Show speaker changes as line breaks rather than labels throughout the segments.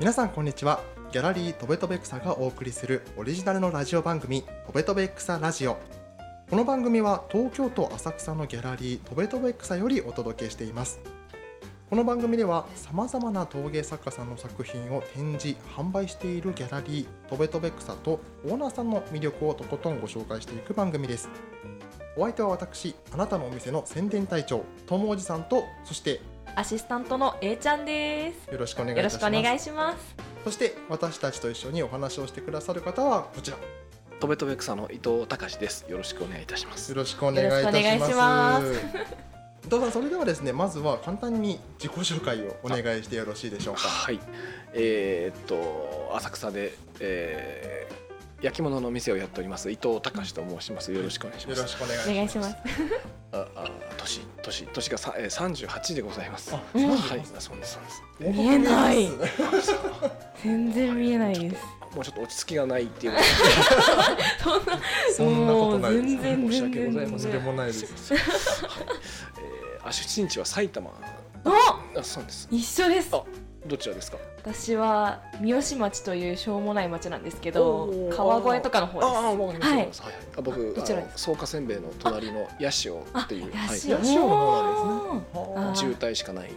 皆さんこんにちはギャラリーとべとべ草がお送りするオリジナルのラジオ番組とべとべ草ラジオこの番組は東京都浅草のギャラリーとべとべ草よりお届けしていますこの番組ではさまざまな陶芸作家さんの作品を展示販売しているギャラリーとべとべ草とオーナーさんの魅力をとことんご紹介していく番組ですお相手は私あなたのお店の宣伝隊長ともおじさんとそして
アシスタントの A ちゃんです。
よろしくお願いい
よ
た
ろ
し
し
ま
く
す
お願いします。
そして私たちと一緒にお話をしてくださる方はこちらよ
とべとべ草の伊藤隆です。よろしくお願いいたします。
ろしくお願いいたします
よろしくお願いし
伊藤さんそれではですねまずは簡単に自己紹介をお願いしてよろしいでしょうか
はい、えーっと浅草で、えー焼き物の店をやっております伊藤隆と申します。よろしくお願いし
よ
ま
ろ
す。
しくお願いし
お
ます
願いします。
ああ年年年がさえ三十八でございます。
あ
は
そう
うん
なん
い
です、
そうですそうです。
見えない
大き
そう
全然見えないです。
もうちょっと落ち着きがないっていうこ
そんな
ですそんなことないです
もう全然
とで申し訳ございません。
とんでもないです
すいません。はい。えー、あ出身地は埼玉。あそうです。
一緒です。
あどちらですか。
私は三好町というしょうもない町なんですけ
お
ど
ー、
川越とかの方
ああ
で
わかりました。
はい
わかりましたはい。あ僕
どちら
あ
で
の草加せんべいの隣の八潮っていう
あ
は
八
い
潮
ラジオの方なんですね
あ
は
ー
渋滞しかない。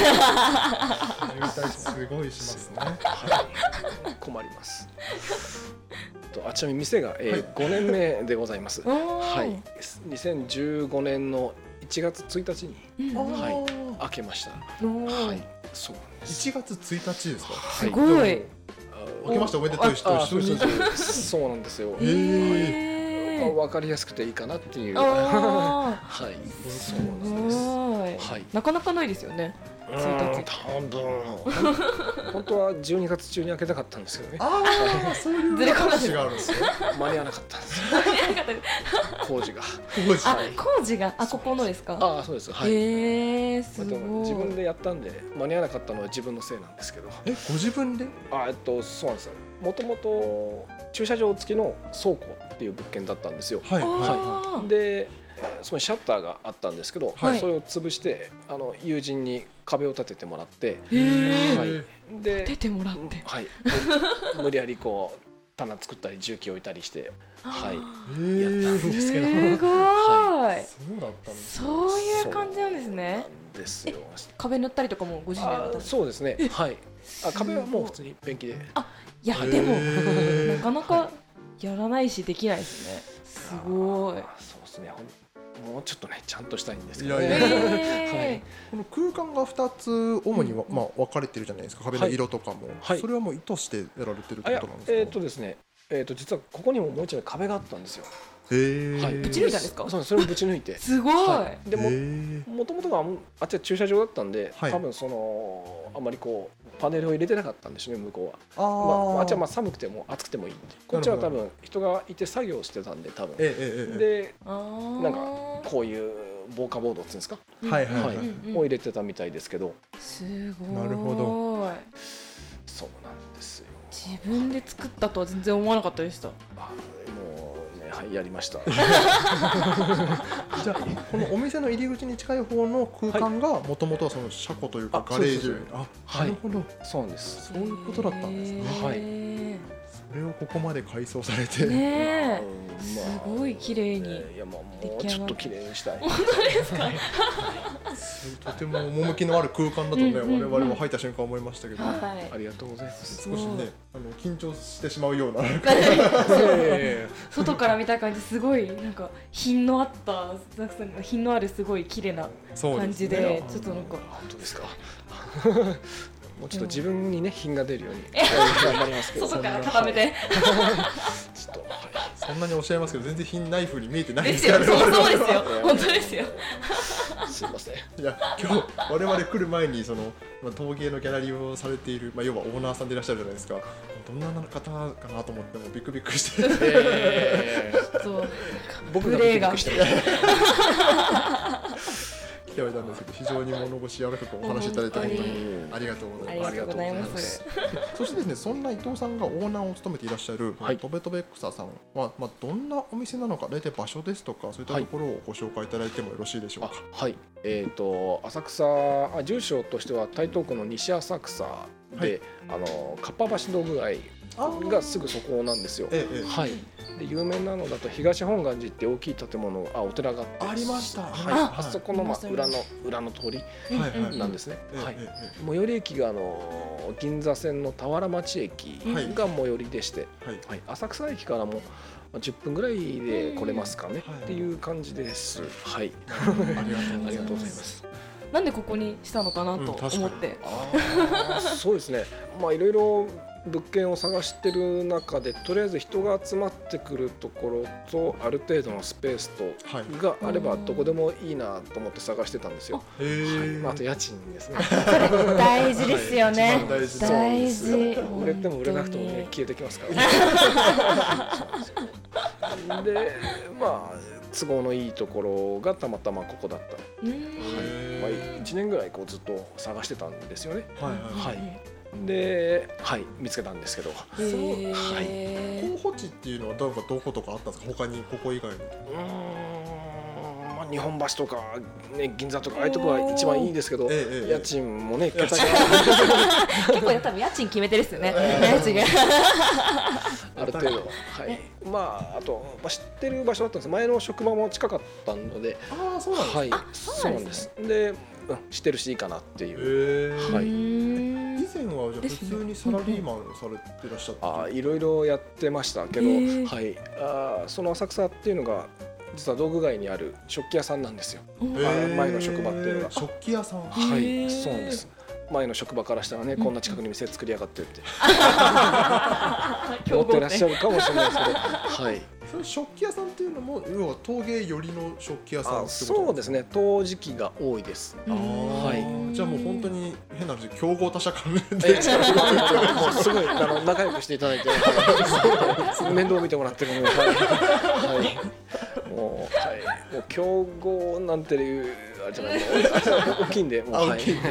あ渋滞すごいしますね
はい、困ります。とあちなみに店が、えー5年目でございます。
す。おー
はい。2015年の1月1日に
うん
ーはい
あ
開けました。
ー
はい。そうなんです。
1月1日ですか
す
はい
ごい。
明けましておめでとう人
ああ
一緒に
そうそうそうそうなんですよ
え。ー
え
まあ
ー
わかりやすくていいかなっていう。 は
あ
い。
ー。す
そうなんです。
ごい
はい。
なかなかないですよね。
うん多分本当は12月中に開けたかったんですけどね
ああそう
ず
い
れ
う
込んだ
話があるんですね
間に合わなかったんです工事が
工事
あ
はい、
工事があここのですか。
ああそうですは
へ
い、
えー、
ますあ
ご
で
い。
も自分でやったんで間に合わなかったのは自分のせいなんですけど
えご自分で
あーえっとそうなんですよもともと駐車場付きの倉庫っていう物件だったんですよ
はい
あー
でえーそのシャッターがあったんですけど、
はい
それを潰してあの友人に壁を立ててもらって
へえ
は
へ
い
ー
で
出てもらって。
はい、無理やりこう棚作ったり重機置いたりしてはい
え
やったん
ー
ですけど、
すごい。
そうだったんですね
そういう感じなんですね。
なんですよ
壁塗ったりとかもご自身でや
あ
ったんですか。
そうですねはいあ
すごい
壁はもう普通にペンキで
いやでも、なかなかやらないしできないですね。すごい
あ。そうですねほんもうちょっとねちゃんとしたいんですけ
い
ど
やい
ね
や
え
この空間が二つ主にわ、
うん
まあ分かれてるじゃないですか壁の色とかも、
はい
それはもう意図してやられてるってこ
あいや
となんですか
えっ、とですねえー、と実はここにももう一枚壁があったんですよ。
へえ
はい
ぶち抜いたんですか
そうそれをぶち抜いて
ー。 すごい。
はい、でも
へ
もともとはあっちは駐車場だったんで、
はい
多分そのあんまりこうパネルを入れてなかったんですね向こうは。
ーあー、
まあ、あっちはまあ寒くても暑くてもいいってこっちは
な
多
るほ
分人がいて作業してたんで多分
えええええ
で
あー
なんかこういう防火ボードっつうんですか、
うん
はいはい
はい
うん
を入れてたみたいですけど
すごい。
なるほ
そうなんですよ
自分で作ったとは全然思わなかったでした。
あもうねはいやり ました
えじゃあこのお店の入り口に近い方の空間がもともとはその車庫というか
あ
ガレージ
そうそう
あ
はい
なるほど、
そうなんです
そういうことだったんですね
へー
はい
それをここまで改装されて、
ねえ。
うん
すごい綺麗に
ねいやまあ
出来上
も
がっ
うちょっと綺麗にした い
とても趣のある空間だとね、
うんうんうん
我々も入った瞬間思いましたけど、
はい
あ。りがとうございます
少しねあの緊張してしまうよう な
外から見た感じすごいなんか品のあったザクさんの品のあるすごい綺麗な
そう
感
です
じ
ね
でちょっとなんか
本当で すかもうちょっと自分にね品が出るように頑張ります けど
外から固めて
ちょっとはい
そんなにおっしゃいますけど全然品ない風に見えてない
ですよ
ね
そもそもです よ
我々は
本当ですよ
すい ません
いや今日我々来る前にそのまあ陶芸のギャラリーをされている、まあ、要はオーナーさんでいらっしゃるじゃないですかどんな方かなと思ってもうビクビクして
えー
そう
僕
が
が
ビ
ビ
クビク
クビク
し
してて
る
る。
来てはいたんですけど非常に物腰柔らかくお話しいただいて
本
本
当
当
に
にありがとうござい
あ
ま
り
す
がとうございます。
そしてですねそんな伊藤さんがオーナーを務めていらっしゃる
はい
とべとべ草さんは、まあ、どんなお店なのか大体場所ですとかそういったところをご紹介いただいてもよろしいでしょう
あ
か、
はい、えっ、と浅草あ住所としては台東区の西浅草
はい
で、あのかっぱ橋道具街がすぐそこなんですよ。
えええ
はい、で有名なのだと東本願寺って大きい建物あお寺があって
ありました
はい、
あ
あそこの、まあ
あ、りま
裏
し
の裏の通り
えはいはい
なんですね、
ええ
はい、
え
最寄り駅があの銀座線の田原町駅
はい
が最寄りでして、
えはい
はい、浅草駅からも10分ぐらいで来れますかね、
うん
っていう感じです。はい、
ありがとう
あ
ござ
り
い
がとうご
ま
ざい
す
ます。
なんでここにしたのかな
うん
と
確かに
思って、
あー そうですね、まあ、いろいろ物件を探してる中でとりあえず人が集まってくるところとある程度のスペースと
はい
があればどこでもいいなと思って探してたんですよ。
へ
はい
ー
まあ、あと家賃ですね。
大事ですよ
一
ね
番大事
そうなんですよ
大事
売れても売れなくてもね
本
消えてきます から。でまあ都合のいいところがたまたまここだった。
う
まあ、
へ
1年ぐらいこうずっと探してたんですよね。
ーはいはい
はいではい見つけたんですけど。
ー
候補地っていうのはどこどことかあったんですか他にここ以外に
うーんまあ日本橋とか、ね、銀座とかああいうとこが一番いいですけど、
ええええ
家賃もね
ええ
桁が
結構多分家賃決めてですよね
えー
家賃が
ある程度は、はい、まああと、まあ、知ってる場所だったんです前の職場も近かったので、
ああそうなんですか
はい
あ、そうなん
で
ですす
でうん、知ってるしいいかなってい
へ
う、
ー
はい
以前はじゃあ普通にサラリーマンされてらっしゃって
あーいろいろやってましたけど、
へー
はい、あーその浅草っていうのが実は道具街にある食器屋さんなんですよ。
へー
あ前の職場っていうのが
食器屋さんは
は
へ
い、
ー
そうなんです。前の職場からしたらね、こんな近くに店作りやがってって
競
思 っ
合
てらっしゃ
店
るかもしれないですけど、はい。
それ食器屋さんっていうのも要は陶芸寄りの食器屋さんって
あ
こと
そうですね、陶磁器が多いです。
あー
は
じゃあもう本当に変な話競合他社関連で
えもうすごいあの仲良くしていただいて、はい面倒見てもらってるので、はいはい、もうはい、もう競合なんていうあれじゃない大きいんで、もう
あ
は
大きいんで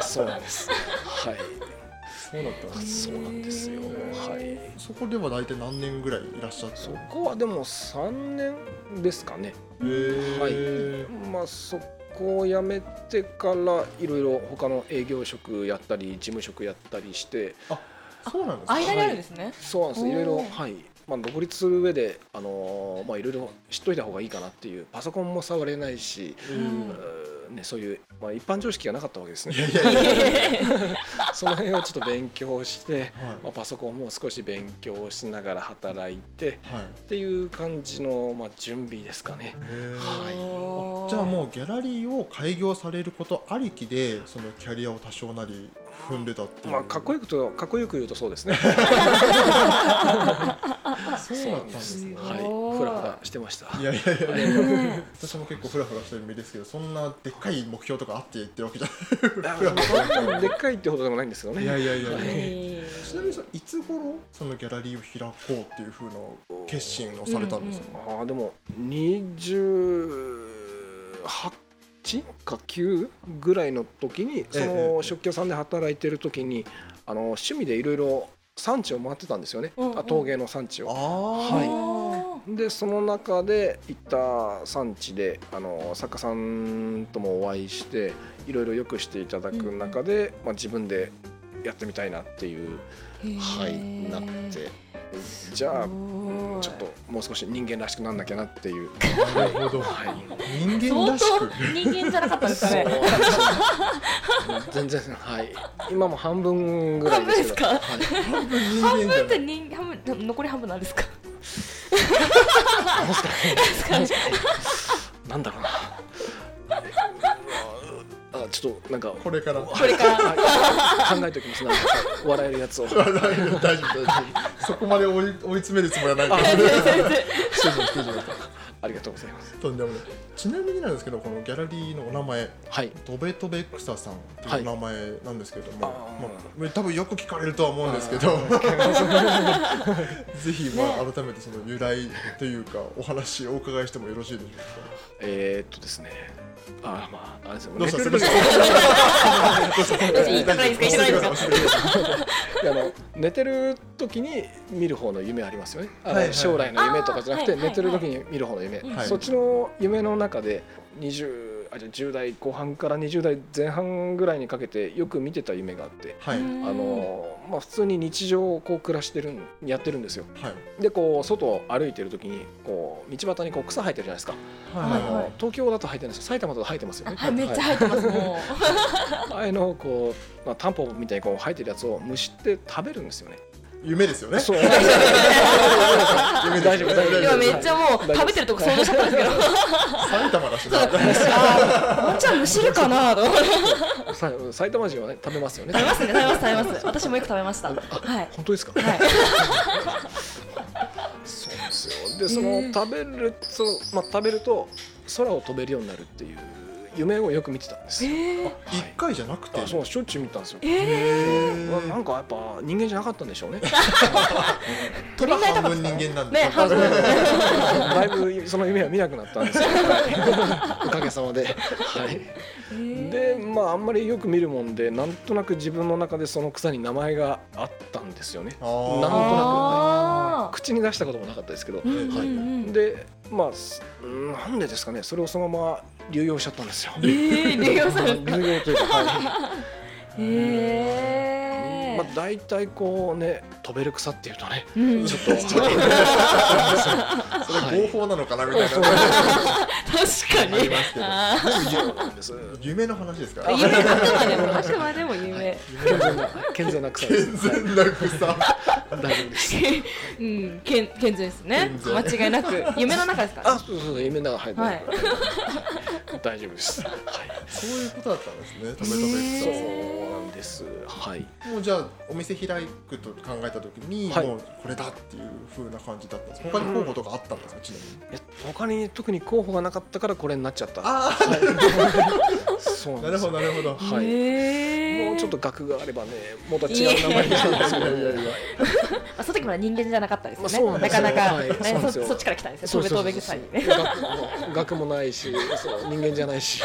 そうなんです。はい、
そうだったんです
そうなんですよ。はい。
そこでは大体何年ぐらいいらっしゃった
そこはでも3年ですかね。
へ
まあそこを辞めてからいろいろ他の営業職やったり事務職やったりして
ーそうなんですか
間にあるんですね
そうなんですいろい
お
ろ
ー
はい、まあ、独立する上であのーまあいろいろ知っといた方がいいかなっていうパソコンも触れないし、
へ
うん
ー
うーんね、そういう、まあ、一般常識がなかったわけですね
いやいやいや
その辺をちょっと勉強して、ま
は
あ、パソコンも少し勉強しながら働いて
いはい
っていう感じの、まあ、準備ですかね。
へー
はい
じゃあもうギャラリーを開業されることありきでそのキャリアを多少なり踏んでたっていう
まあ、かっこよくとかっこよく言うとそ うですね。
そうだったんですね
ごい
はい、ふらふらしてました。
いやいやいや
ね
私も結構フラフラしてる身ですけどそんなでっかい目標とかあって言ってるわけじゃ
あ
フラフラ
そんなにでっかいってほどでもないんですよ
ない
ね。
いやいやいや
は
ち
え
なみにそのいつ頃そのギャラリーを開こうっていうふうな決心をされたんですか、
ああ、でも、二十八。か9ぐらいの時にそ
ええ
の食器屋さんで働いてる時にあの趣味でいろいろ産地を回ってたんですよね、
うんうん
あ陶芸の産地
あ
を。
あ
はい
あ
でその中で行った産地であの作家さんともお会いしていろいろよくしていただく中で、まあ、自分でやってみたいなっていう、
ー
はい
へー
なってじゃあ
すごい
ちょっともう少し人間らしくなんなきゃなっていう、
なるほど
はい、
人間ら
相
しく
当人間じゃなかったんですか
そ
ね
うなんですよ 全然はい今も半分ぐらいですけど
半
はい
半分人
半
間じゃ
分っ
な
て
い
人半分残り半分なんですか
なんだろうな。 あ、ちょっと、なんか。
これから
これから。考えておきます。なんか笑えるやつを。
大丈夫大丈夫そこまで追い追い詰めるつもりはないから 失礼しました失礼しまし
ありがとうございます。
たとんでもないちなみになんですけどこのギャラリーのお名前
はい。
トベトベクサさんというお名前なんですけども、
はいあー
まあ、多分よく聞かれるとは思うんですけどぜひ、まあ、改めてその由来というかお話をお伺いしてもよろしいでしょ
えー、っとですね。あ、まあ、あれですよ。
うかどうしたすいま
寝てる
せん
いいからいいですかいいからいいです
時 あの、寝てる時に見る方の夢ありますよね。あの
はいはい
将来の夢とかじゃなくて、
あーはい
寝てる時に見る方の夢、
はい
そっちの夢の中で。20あじゃあ10代後半から20代前半ぐらいにかけてよく見てた夢があって。
はい
うん
あのまあ、普通に日常をこう暮らしてるんやってるんですよ
はい
でこう外を歩いてる時にこう道端にこう草生えてるじゃないですか、
はい
あ
は
の東京だと生えてないですよ埼玉だと生えてますよね
はい、めっちゃ入ってますも
ああいうのをこう、まあ、タンポポみたいにこう生えてるやつを虫って食べるんですよね
夢ですよね
そう
夢
大丈夫大
う。
丈夫
今めっちゃもう
大丈夫
食べてるとこ想像しちゃったんですけど、
埼玉だしな
あーワンちゃんむしるかなと思って。食
さ埼玉人はね食べますよね
べますね、食べます食べます。私もよく食べました。はい。
本当ですか
はい。
そうですよでその
ねえ
食べるその、まあ、食べると空を飛べるようになるっていう夢をよく見てたんですよ、
えー、
一回じゃなくて
あそうしょっちゅう見てたんですよ
え
へ
ー、
ー
ななんかやっぱ人間じゃなかったんでしょうね
鳥になりた
半
か
分
っ
人間なん
た。
で
ね、半分。
だいぶその夢は見なくなったんですよ、はいおかげさまで、はい、
えー
でまああんまりよく見るもんでなんとなく自分の中でその草に名前があったんですよね
あー
なんとなく
あー
口に出したこともなかったですけど
う、んうんうん。
でまあすうんなんでですかねそれをそのまま流用しちゃったんですよ
えー、利用された。
流用というか、は
え
い
ー。
まあ、大体こうね飛べる草っていうと ね
うん、
ちょ
確
っと
それ合法なのかなみたい
そう
な
か
あり
に。
ますけど
あー
そうなんです
夢の話ですから
あ夢あくまでも、あくまでも夢。
健全な健全な草です
健全な草
大丈夫です
うん、健健全ですね
健。全
間違いなく、夢の中ですから
あ。そうそうそう夢の中入って
はい
大丈夫ですはい
そういうことだったんですねトメト
へ
そう
メ
なんですはい
草もうじゃあお店開くと考えた時に
はい
もうこれだっていう風な感じだったんです他に候補とかあったんですかちなみに
え他に特に候補がなかったからこれになっちゃった
あ
はいそう
あ
な
なんる
です
ほどなるほど
はい
へー
もうちょっと額があればねもっと違う名前にしたんですけど
いやいやいや
あその時まだ人間じゃなかったですよね。
まあそうなんで
な
すよ
かなか、
はい
ね
そうなんで
そ
すよ
そっちから来たんですよ。トベトベ臭いね。
額も額もないしそう人間じゃないし
い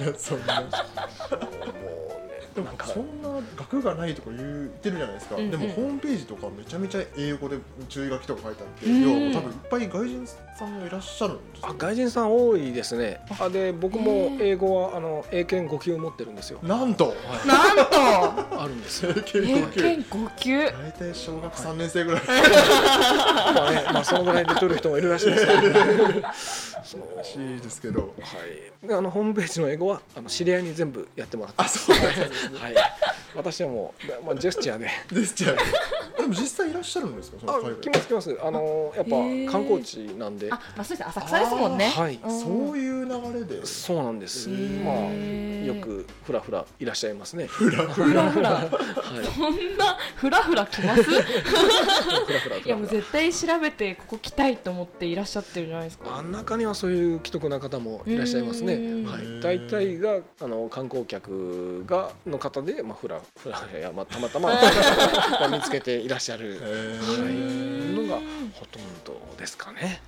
やそんな
もう
でも
ねなんか
そんな額がないとか言ってるじゃないですか、
うんうん
でもホームページとかめちゃめちゃ英語で注意書きとか書いてあって、
うん
要はもう多分いっぱい外人さんもいらっしゃるんです
あ
よ
外人さん多いですねあで僕も英語はあの英検5級持ってるんですよ
なんと
なんと、
あるんですよ
英検
英
5級
検五級。
大体小学3年生ぐらい、
まあね、まあ、そのぐらいで取る人もいるらしいです けどそうは
らしいですけど
い。であのホームページの英語はあの知り合いに全部やってもらって
あ
ます。
そうなんで
はい。私はもうだまあジェスチャーで。
すじゃあでも実際いらっしゃるんですかその
あ
海外
来ます来ます。あのやっぱ
へー
観光地なんで
あ。、まあ、そうですね。浅草ですもんね。
あーはい
ん
そういう流れで
そうなんです。
へー
まあよくふらふらいらっしゃいますね。
フラフ
ふ
ラ
らふら。
はい。
こんなふらふら来 ます。いやも
ふらふらふら
う
ふら。
絶対調べてここ来たいと思っていらっしゃってるじゃないですか。
あ中にはそういう既得な方もいらっしゃいますね
うー。ん
はい。大体があの観光客がの方でまあふらふらいやまあたまたままあ 見つけていらっしゃる。
え
は
ー
い、のがほとんどですかね。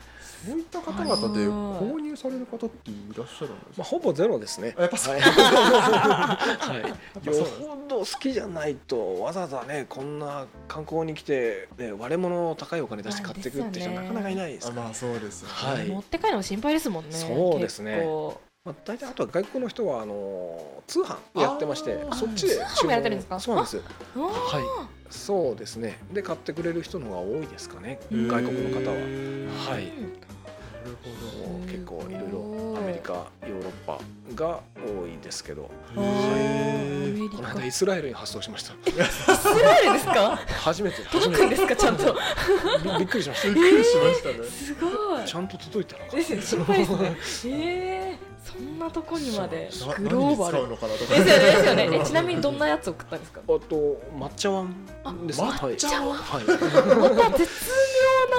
そういった方々で購入される方っていらっしゃるんです
まあ、
か、
ほぼゼロですね。
やっぱそう
はい。はい。
ぱそう
よほど好きじゃないと、わざわざね、こんな観光に来て、ね、割れ物を高いお金出して買ってくって人、
まあですよ
な
ね
かなかいないです
あ
から。
まあそうですよね、
はい
持って帰るの心配ですもんね。
そうですね
結構
まあ、大体あとは外国の人は、あの、通販やってまして
あ、ー
そっちで注文。
通販もやってるんですか
そうなんです。
うわー
はい。そうですね。で、買ってくれる人の方が多いですかね。
へー
外国の方は。はい。
なるほど
もう結構いろい
すご
ろ
い
アメリカヨーロッパが多いですけど
あーアメリ
この
カ
間
イ
イスラエルに発送しました
スラエルですか
初めて初め
届くん
て
ですかちゃんと
びびっくりしまし
びっくりしましたね。
すごい
たちゃんと届いたのか
ですよね心配ですねええそんなとこにまで
な
グロ
何に
ーバ
使う
ル
のかなとか。
ですよねですよねえちなみにどんなやつ送ったんですか
あと抹茶ワンですね
あ抹茶碗
はい、
また絶
は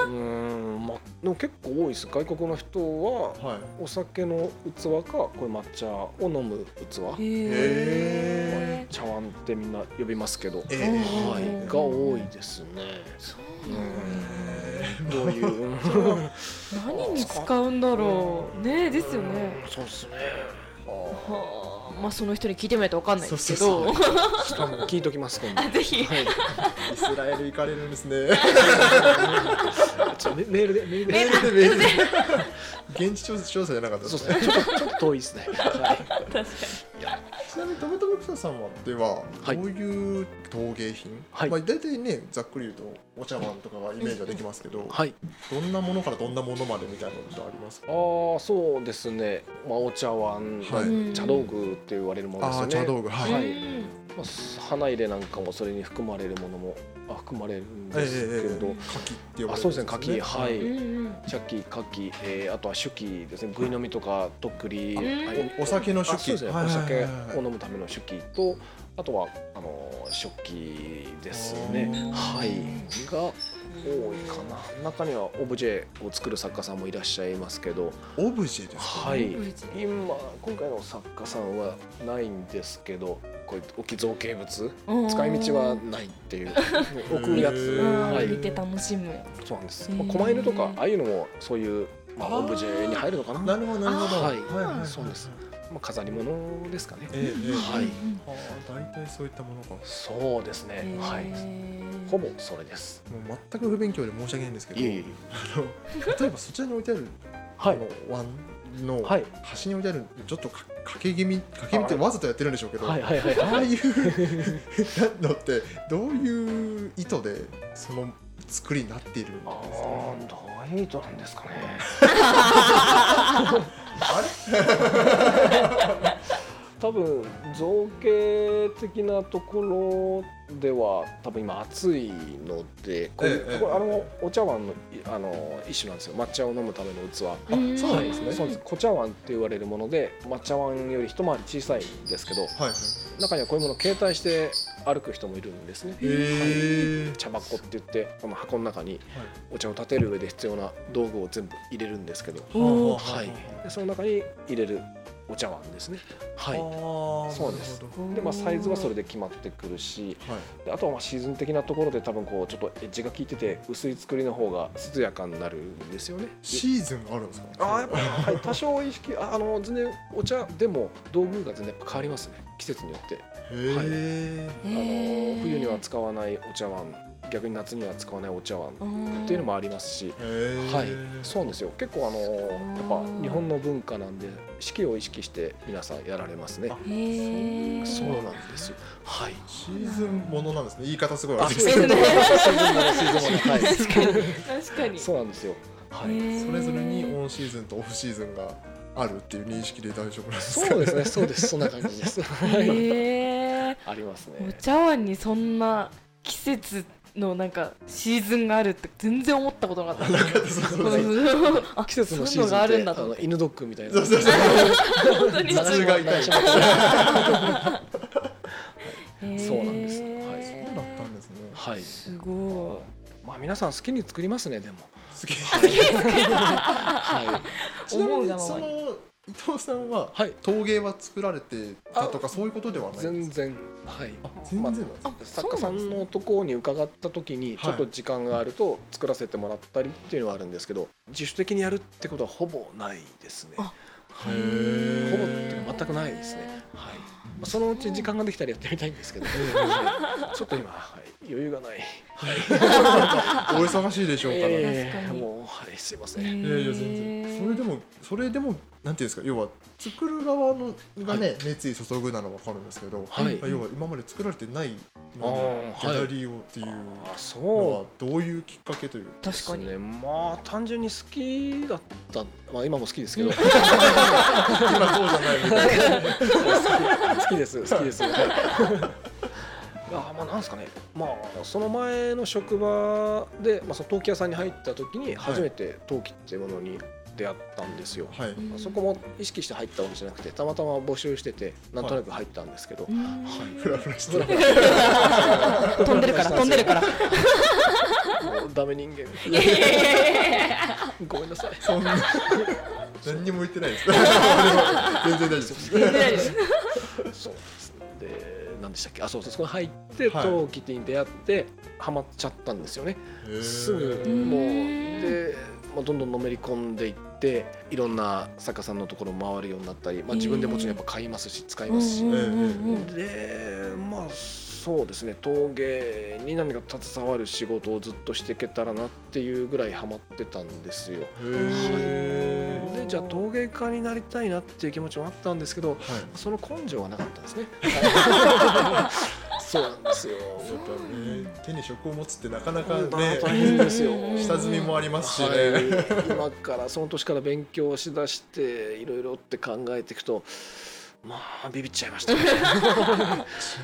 いうーんまでも結構多いです外国の人は
はい。
お酒の器かこういう抹茶を飲む器
へ
え
茶碗ってみんな呼びますけど、
え
ー
はい
え、
が多いですね
そうなんだ
うんどういう
何に使うんだろうねえですよね
そうですね。
はまあその人に聞いてみないとわかんないですけ
そう
ど
そう
しかも聞いときます今度
あ ぜひ
はい
イスラエル行かれるんですね
ちょメメールでメー
メール
ルで
でメールで現地調査調査じゃなかったで
そ
す
うですねちょっとちょっと遠いですねはい
確かに
ちなみにトメトメ草さんはでは、
はい
どういう陶芸品、
はい
まあ、大体ねざっくり言うとお茶碗とかはイメージはできますけど、
はい
どんなものからどんなものまでみたいなことありますか
あーそうですね、まあ、お茶碗、
はい
茶道具って言われるものです
あー
よね
茶道具はい
うん
はいまあ、花入れなんかもそれに含まれるものもあ含まれるんですけれ
え
ど、
えええ柿って呼ばれるん
あそうですね柿は
う
い、
んうん
茶器柿、えー、あとは酒器ですねぐい飲みとかとっくり、
うん
はい
おお酒の酒器
あそうですね
はいはい
お
はい
酒
はい
を飲むための酒器とあとはあのー食器ですね
おー
はいが多いかな中にはオブジェを作る作家さんもいらっしゃいますけど
オブジェですか
はい
オブジェ
今今回の作家さんはないんですけどこういう置き造形物使い道はないっていう置くや
へ
つ
ー
うん
はい
見て楽しむ
そうなんです、
へー
まあ、狛犬とかああいうのもそういう、まあ、
あー
オブジェに入るのかな
なるほどなるほど
はい
はは
そうですまあ、飾り物ですかね、
ええええ
はい
うん
ああ大体そういったものかも
そうですね、
うん
はい
へー
ほぼそれです
う全く不勉強で申し訳ないんですけど
いえいえいえ
あの例えばそちらに置いてある
はい
このワンの
はい
端に置いてあるちょっとかかけ気味かけ気味って
はい
わざとやってるんでしょうけど、
はいはいはい
あ
は
あ
い
いうのってどういう意図でその作りになっているんです
あ
か
ーどういう意図なんですかね 多分造形的なところでは多分今暑いのでこれ,、
ええ
これあのお茶碗のいあの一種なんですよ抹茶を飲むための器
うん
そうなんですね
そうです。小茶碗って言われるもので、抹茶碗より一回り小さいんですけど、
はいはい
中にはこういうものを携帯して歩く人もいるんですね。
へえ
茶箱って言って、この箱の中にお茶を立てる上で必要な道具を全部入れるんですけど、
おー
はい。でその中に入れるお茶碗ですね。はい。
はい
そうですでまあ、サイズはそれで決まってくるし
はい
であとはまあシーズン的なところで多分こうちょっとエッジが効いてて薄い作りの方が涼やかになるんですよね。
シーズンがあるんですか
あーやっぱ、はい、多少意識ああ の全然お茶でも道具が全然やっぱ変わりますね季節によって
へ
あの
へー
冬には使わないお茶碗逆に夏には使わないお茶碗っ
って
いうのもありますし、
えへえ
はい、そうなんですよ結構あのやっぱ日本の文化なんで四季を意識して皆さんやられますね
あ
へー
そうなんですよはい
シーズンものなんですね言い方すごい
あ
悪い
そ
で
う
す
で
け
す
ど
ね
ね
シーズンものシーズンものは
確か
い
に
そうなんですよはい、
それぞれに
へ
オンシーズンとオフシーズンがあるっていう認識で大丈夫なんですか
そうですねそうですそんな感じです、はい、
ー
ありますね
お茶碗にそんな季節のなんかシーズンがあるって全然思ったことなかった
そうそう
あ
季節のシ
そういうの
ーズン
があ
って
るんだ
あ
と思
の
って
犬ドッグみたいな
そうそうそう
本当に
雑種がいたい
雑
そう
種がいたい
へー
そうなんですはいそ
だったんですね
はい
すご
まあ皆さん好きに作りますねでも
すげえ
はい
い
ちなみ
思う
に
がま
そ
まに
の伊藤さんは
はい
陶芸は作られてたとかそういうことではないんで
全
すか
然はい
あ全然なんです
あ
か
作家さんのところに伺った時に
はい
ちょっと時間があると作らせてもらったりっていうのはあるんですけど自主的にやるってことはほぼないですね
あ
へ
ほぼって
ー
いうか全くないですねはいまあそのうち時間ができたらやってみたいんですけどちょっと今はい余裕がない
お忙しいでしょうから
や
い
や
やい
確かに
もうはいすいませ
へ
ん
ー
や全然それでもそれでもなんていうんですか要は作る側のがね熱意注ぐならわかるんですけど
はい
まあ要は今まで作られてない
あー
ギャラリーをっていう
あ
の
そう
はどういうきっかけという
確かに
ですねまあ単純に好きだったまあ 今も好きですけど好
今そうじゃないみたいな
き好きです好きですはいあまあなんですかねまあその前の職場で、まあ、その陶器屋さんに入った時に初めて陶器っていうものに出会ったんですよ、
はい
い
そこも意識して入ったわけじゃなくてたまたま募集しててなんとなく入ったんですけど、
うん
フラフラしてる
飛んでるから 飛んでるから
もうダメ人間 ごめんなさい
そんな何にも言って ないですでも全然大丈夫です
飛んでないです
そうなんですで何でしたっけあそうそうそこに入って
はい
陶器に出会ってハマっちゃったんですよね、すぐ
へー
もうで、まあ、どんどんのめり込んでいっっていろんな作家さんのところ回るようになったり、まあ、自分でもちろんやっぱ買いますし使いますし、
うんうんうんうん
でまあそうですね陶芸に何か携わる仕事をずっとしていけたらなっていうぐらいハマってたんですよ。
へ
でじゃあ陶芸家になりたいなっていう気持ちもあったんですけど
ーはい
その根性はなかったんですね。そうなんですよ。
そう
え
なんだ
ー手に職を持つってなかなか
まあ
ね
大変ですよ。
うん
下積みもありますしね、
はい、今からその年から勉強しだしていろいろって考えていくとまあビビっちゃいましたね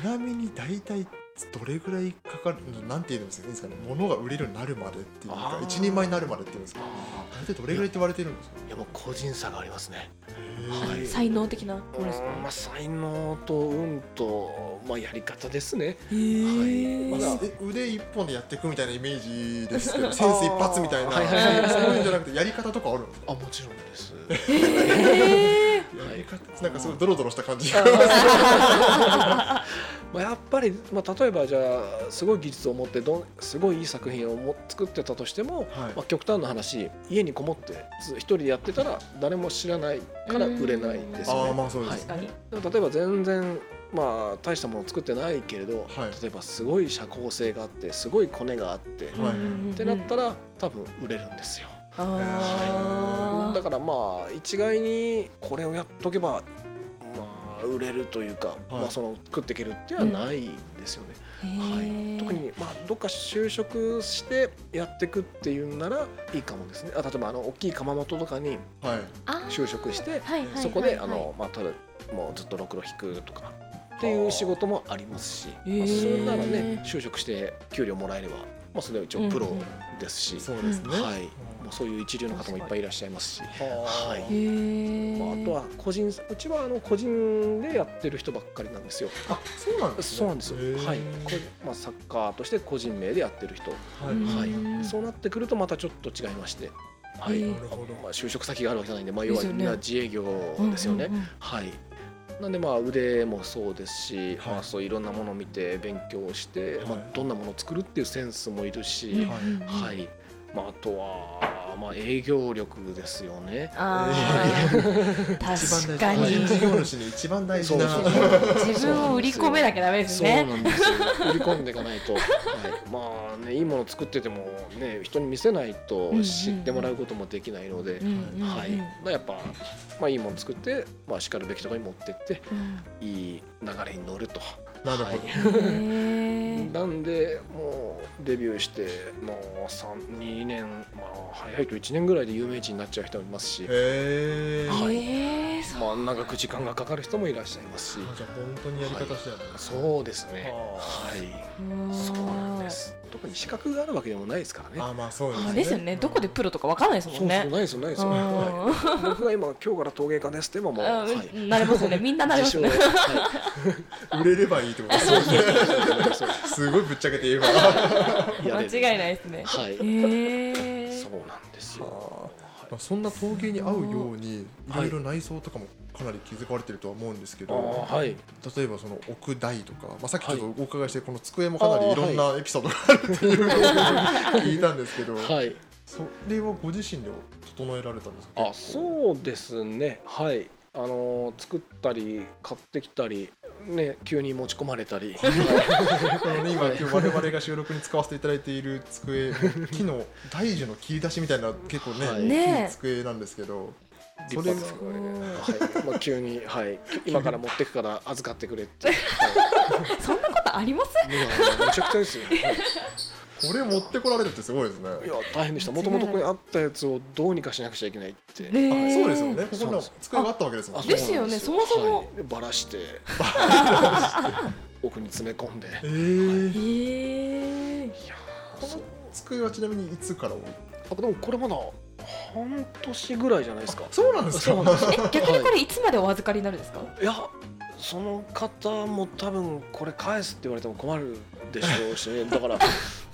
ちなみに大体どれぐらいかかるなんて言うんですかね物が売れるようになるまでっていうか
あー
一人前になるまでっていうんですか大体どれぐらいって言われてるんですか
いやもう個人差がありますね、
へー
才能的なものですか
うんまあ才能と運とまあやり方ですね
へー
ま
ま
あ
だ
え腕一本でやっていくみたいなイメージですけどセンス一発みたいな、
はいはいはい
そういうんじゃなくてやり方とかあるんですか
あもちろんです
へー
やり方なんかすごいドロドロした感じが
まあやっぱり、まあ、例えばじゃあすごい技術を持ってどんすごいいい作品をも作ってたとしても、
はい
まあ、極端な話家にこもってず一人でやってたら誰も知らないから売れないですよ
あ
ね
あ。まあそうです
確、かに
でも例えば全然まあ大したもの作ってないけれど、
はい
例えばすごい社交性があってすごいコネがあって、
はい
ってなったら多分売れるんですよ、
あ
だからまあ一概にこれをやっとけばまあ売れるというか、まあ、その食っていけるっていうのはないんですよね、
ら
はい、特にまあどっか就職してやっていくっていうんならいいかもですねあ例えばあの大きい窯元とかに
はい
就職してそ
そ
こであの、まあ、ただもうずっとろくろ引くとかっていう仕事もありますし、
へー
まあ、それならね就職して給料もらえれば、まあ、それは一応プロですし、
そうですね、
はいまあ、そういう一流の方もいっぱいいらっしゃいますし、
は
は
へ
い
え
まあ、あとは個人うちはあの個人でやってる人ばっかりなんですよ。
あそうなんですね
そうなんです
へ
よ、
ー
はいこれまあ、サッカーとして個人名でやってる人、
は
うん
い、
はい
うん
そうなってくるとまたちょっと違いまして、はい
へー
なるほど
まあ、就職先があるわけじゃないんで、まあ、要
で
は
すよ
み
ね
んな自営業ですよね。はい、なんでまあ腕もそうですし、
はい
まあ、そういろんなものを見て勉強して、
はい
まあ、どんなものを作るっていうセンスもいるし、
うんうんうん
はい
うんうん
はいまあ、あとは、まあ、営業力ですよね。
あー確
一
か
番大事
に
事業主に一番大事な
そうそうそう
自分を売り込めなきゃダメです
そう
ね
なんですよ売り込んでい かないと、はい、まあねいいもの作ってても、ね、人に見せないと
うんうん
知ってもらうこともできないので、はいまあ、やっぱ、まあ、いいもの作って、まあ、しかるべきところに持ってっていい流れに乗ると。
なるほど
はい
へ
なんでもうデビューしてもう32年、まあ、早いと1年ぐらいで有名人になっちゃう人もいますし、
へえ、
はい
えそう
まあ、長く時間がかかる人もいらっしゃいますし
じゃあ本当にやり方次第なんですね
そうです
あ
ねはいそうな
う
んです特に資格があるわけでもないですからね
あまあそうです
あ
ね
ですよねどこでプロとかわかんないです
そ
もん
うそう
ね
ないですよないですよ、は
う
い、僕が今今日から陶芸家ですって言えばもう、は
ん
い
うんなれますよねみんななれま
自
す
称
よ
で
ね
は
売れればいいって ことですね
いそうです
すごいぶっちゃけて言えばま
間
やれる
違いないですね
はい
へえ
そうなんですよ
あそんな陶芸に合うようにいろいろ内装とかもかなり気づかれてるとは思うんですけ
あ
ど、
ーはい
例えばその奥台とか、まあ、さっきち
は
ょ
い
っとお伺いしてこの机もかなりいろんなエピソードがあるっていうのを聞いたんですけど、
はい
それはご自身で整えられたんですか
あそうですねはいあのー作ったり買ってきたりね急に持ち込まれたり
このね今
はい
今日我々が収録に使わせていただいている机木の大樹の切り出しみたいな結構ね,、
はい
大き
ねえ
い机なんですけど
立派です
そ
れも
はいまあ、急に、 はい、今から持ってくから預かってくれって、はい
そんなことあります
いやめちゃくちゃですよ、はい
これ持ってこられるってすごいですね
いや大変でしたもともとここにあったやつをどうにかしなくちゃいけないって、
ね
あそうですよね。ここ
そうなん
の
です
机があったわけですもん
あ
ね。
うなん
ですよね
です
そもそも
はいバラして奥に詰め込んでい
ええ
へえ
や
こ
ーそ
の
う
机はちなみにいつから置い
あでもこれまだ半年ぐらいじゃないですか
そうなんですか。
そうなんです
え逆にこれいつまでお預かりになるんですか
いやその方も多分これ返すって言われても困るでしょうしね だから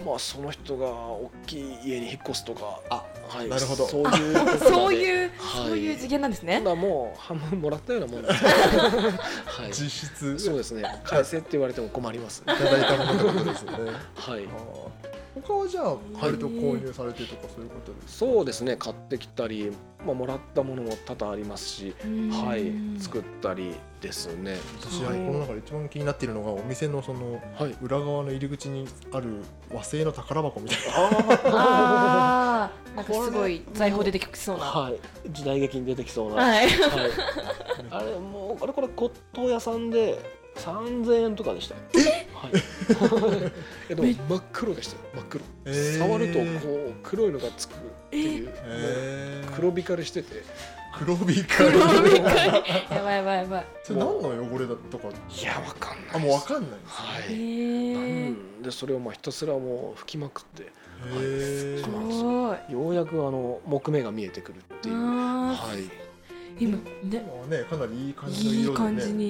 まあその人が大きい家に引っ越すとか、
あ、
はい、
なるほど
そういうことまで
そういう
はい
そういう次元なんです
た
ね
だもう半分もらったようなも んですはい
実質
そうですね返せって言われても困ります
いただいたものってことですよね。
は
あ
い
ー他はじゃあ割と購入されてとかそういうことです
そうですね買ってきたり、まあ、もらったものも多々ありますし、はい作ったりですね
私はこの中で一番気になっているのがお店のその
はい
裏側の入り口にある和製の宝箱みたいな
ああなんかすごい財宝出てきそうな
はい時代劇に出てきそうな、は
は
い、
い
あれもうあれこれ骨董屋さんで3000円とかでしたえ、はい、えでも真っ黒でしたよ真っ黒、
えー
触るとこう黒いのがつくっていう、もう
へー
黒光りしてて
黒ビカ
黒びっくりやばいやばいやばい
それ何の汚れだとか
いやわかんない
あもうわかんないんです
は
へ
い、
え
うんでそれをまあひたすらもう吹きまくって
へ
す
ー
ごい
ようやくあの木目が見えてくるっていう、
あ
はい、
ー今ね
今はねかなりいい感じの
いい
色で
感
ね
じに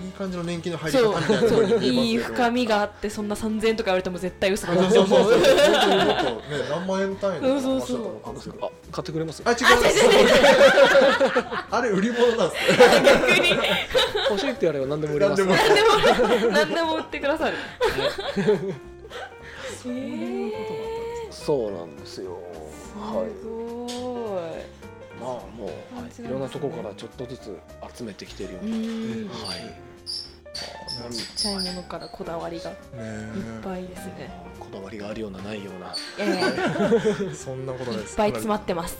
いい感じの年季の入り方
そ
み
う
たいな
そ
風
う
に見
いい
えますけど
深みがあってそんな3000円とか言われても絶対嘘だ
そ
な
う
って
そう
思
そう
う
そう本当にもっとね何万円単位の
そう
話だ
そうそう
と思うんですけど
あ買ってくれます
あ違うあれ売り物なんですね
逆に
欲しいって言われば何でも売れ
何
ま
ですも
何でも何でも売ってくださる そういうこ
そうなんですよはい
すごい
まあもう、
あ違
はい
います
いろんなところからちょっとずつ集めてきてるよう
う
な、
ーん
はいま
なるほどね
あなんか
ちっちゃいものからこだわりがいっ
え
ぱいですね。
こだわりがあるようなないような
いやいやいっ
そんなことないです
ぱい詰まってます。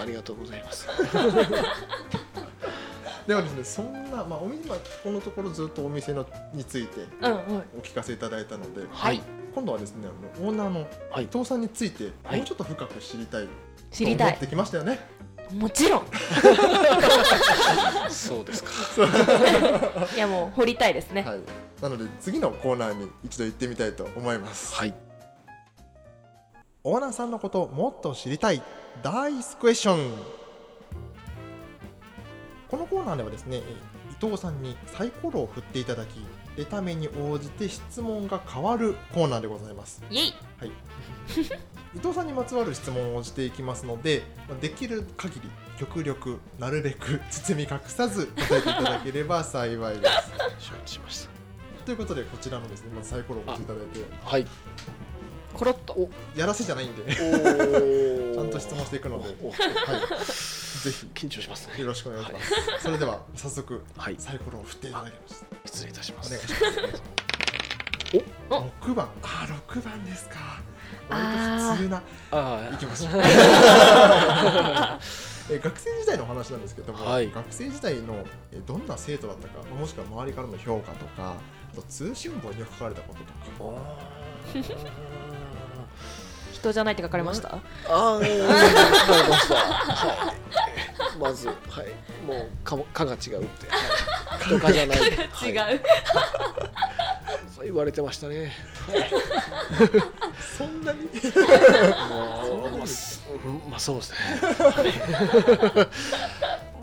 ありがとうございます
ではですねそんなまあお店今このところずっとお店のについて
うんうん。
お聞かせいただいたので、
はい
今度はですねあのオーナーの
はい
伊藤さんについて
はい
もうちょっと深く知りたい
知りた
と思
い
っ。てきましたよね。
もちろん。
そうですか
いやもう掘りたいですね。
はい。なので次のコーナーに一度行ってみたいと思います。
はい
オーナーさんのことをもっと知りたいダイスクエスチョンこのコーナーではですねえー伊藤さんにサイコロを振っていただき出た目に応じて質問が変わるコーナーでございます
イエイ。
はい伊藤さんにまつわる質問をしていきますのでまあできる限り極力なるべく包み隠さず答えていただければ幸いです
承知しました
ということでこちらのですねまずサイコロを振っていただいて
はい
コロッと。
やらせじゃないんで
ち
は
ゃ
ゃんと質問していくのでいぜひ
緊張しますね
よろしくお願いします。それでは早速
はい
サイコロを振っていただきました。
失礼いたしま
お願い
す
します。
お
六番、あ六番ですか。
あ
割
ー
と普通な
あ
行きましょう。え学生時代のお話なんですけども、
はい
学生時代のえどんな生徒だったか、もしくは周りからの評価とか、あと通信簿に書かれたこととか。
あ
人じゃないって書かれました。
ああ、わかりました。はい。まず、はい。もう、かも、かが違うって。はい、とかじゃない。
違
はい。
う。
そう言われてましたね。
そんなに。
はい。まあす、うんまあ、そうですね。はい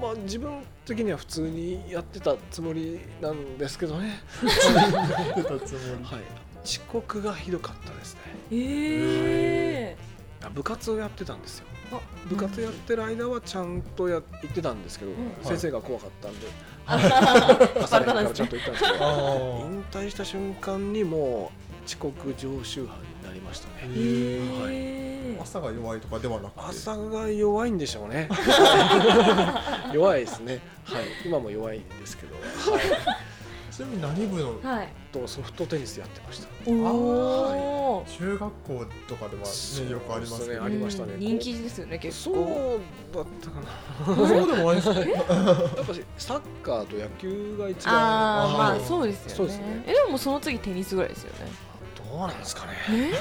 まあ、自分的には普通にやってたつもりなんですけどね。
出たつも り。
はい。遅刻がひどかったですね。
ええ。
あ部活をやってたんですよ。
あ
部活やってる間はちゃんとや行ってたんですけど、
ん
先生が怖かったんで、
バ
朝
レた
練か
ん
ら
で
ち
す
ゃん
ね。
と行ったんですけど
ああ。
引退した瞬間にもう遅刻常習犯になりましたね
え
は
え。
朝が弱いとかではなくて。
朝が弱いんでしょう ね弱いですねはい今も弱いんですけど、はい、
ちなみに何部の
はい。
とソフトテニスやってました
おお。
中学校とかでは、ね、よくありますけ
そうです
ど
ねありましたね
うん人気ですよね結構。
そうだったかな
そうでもないですね。
やっぱしサッカーと野球が一番
ああま
は
あ
い
そうです
そう
よ
ですね
ね。えでもその次テニスぐらいですよね。
どうなんですかね
え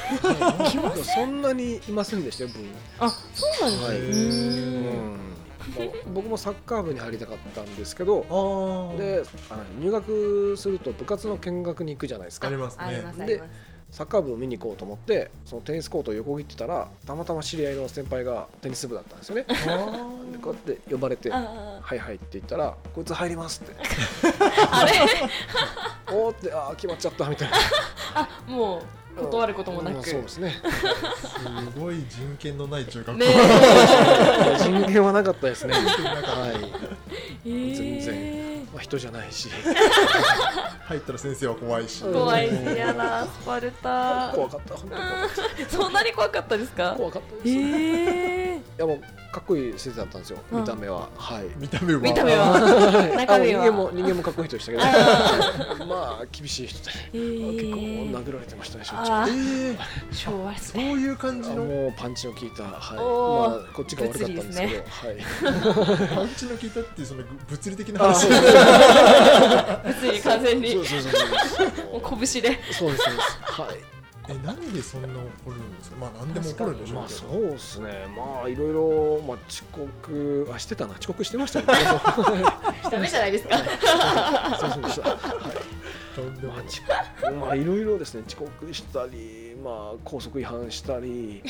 そんなにいませんでしたよ部員
あそうなん
はい
です
う
ね。
もう僕もサッカー部に入りたかったんですけど
ああ。
であの入学すると部活の見学に行くじゃないですか
あります
あり
ね
ま。す
ね
あります。
サッカー部を見に行こうと思ってそのテニスコートを横切ってたらたまたま知り合いの先輩がテニス部だったんですよね
あー
でこうやって呼ばれて「は
あ
いはい」って言ったら「こいつ入りま す」って
ああれ
「おー」って「ああ決まっちゃった」みたいな
あもう断ることもな
うん
く。
そうで すね
すごい人権のない中学校。
ね
人間はなかったですね
なんか
はい
え。
全然
えー
まあ、人じゃないし
入ったら先生は怖いし
うん
怖いしやだスパルタ
怖かった本当に
そんなに怖かったですか
怖かったです、い
ええ
やもうかっこいい先生だったんですよ
うん
見た目は、はい
見た目は
見た目は中
あの
身
人間
は
も人間もかっこいい人でしたけ どまあ厳しい人で
え
結構
ー
殴られてましたねしょっちゅう
あ
えー、
ー昭和です
そう
ね
いう感じ
あ
の
もうパンチの効いた、はい
おー
まあ、こっちが悪かったんです
物
けど
理で
はい、
パンチの効いたっていうその物理的な
あ
話
そう
で
ですす
物理完全に
そうそうそうそう
もう拳で
そうですそうですはい
え何でそんな怒るんですかまあ何でも怒るんでしょ
ま
う
あ
け
そ
ど、
うですねまあいろいろまあ遅刻はしてたな遅刻してましたよね
ダメじゃないですか
そうそうでした
とんでも
ま
な
あ
い
遅刻まあいろいろですね遅刻したりまあ高速違反したり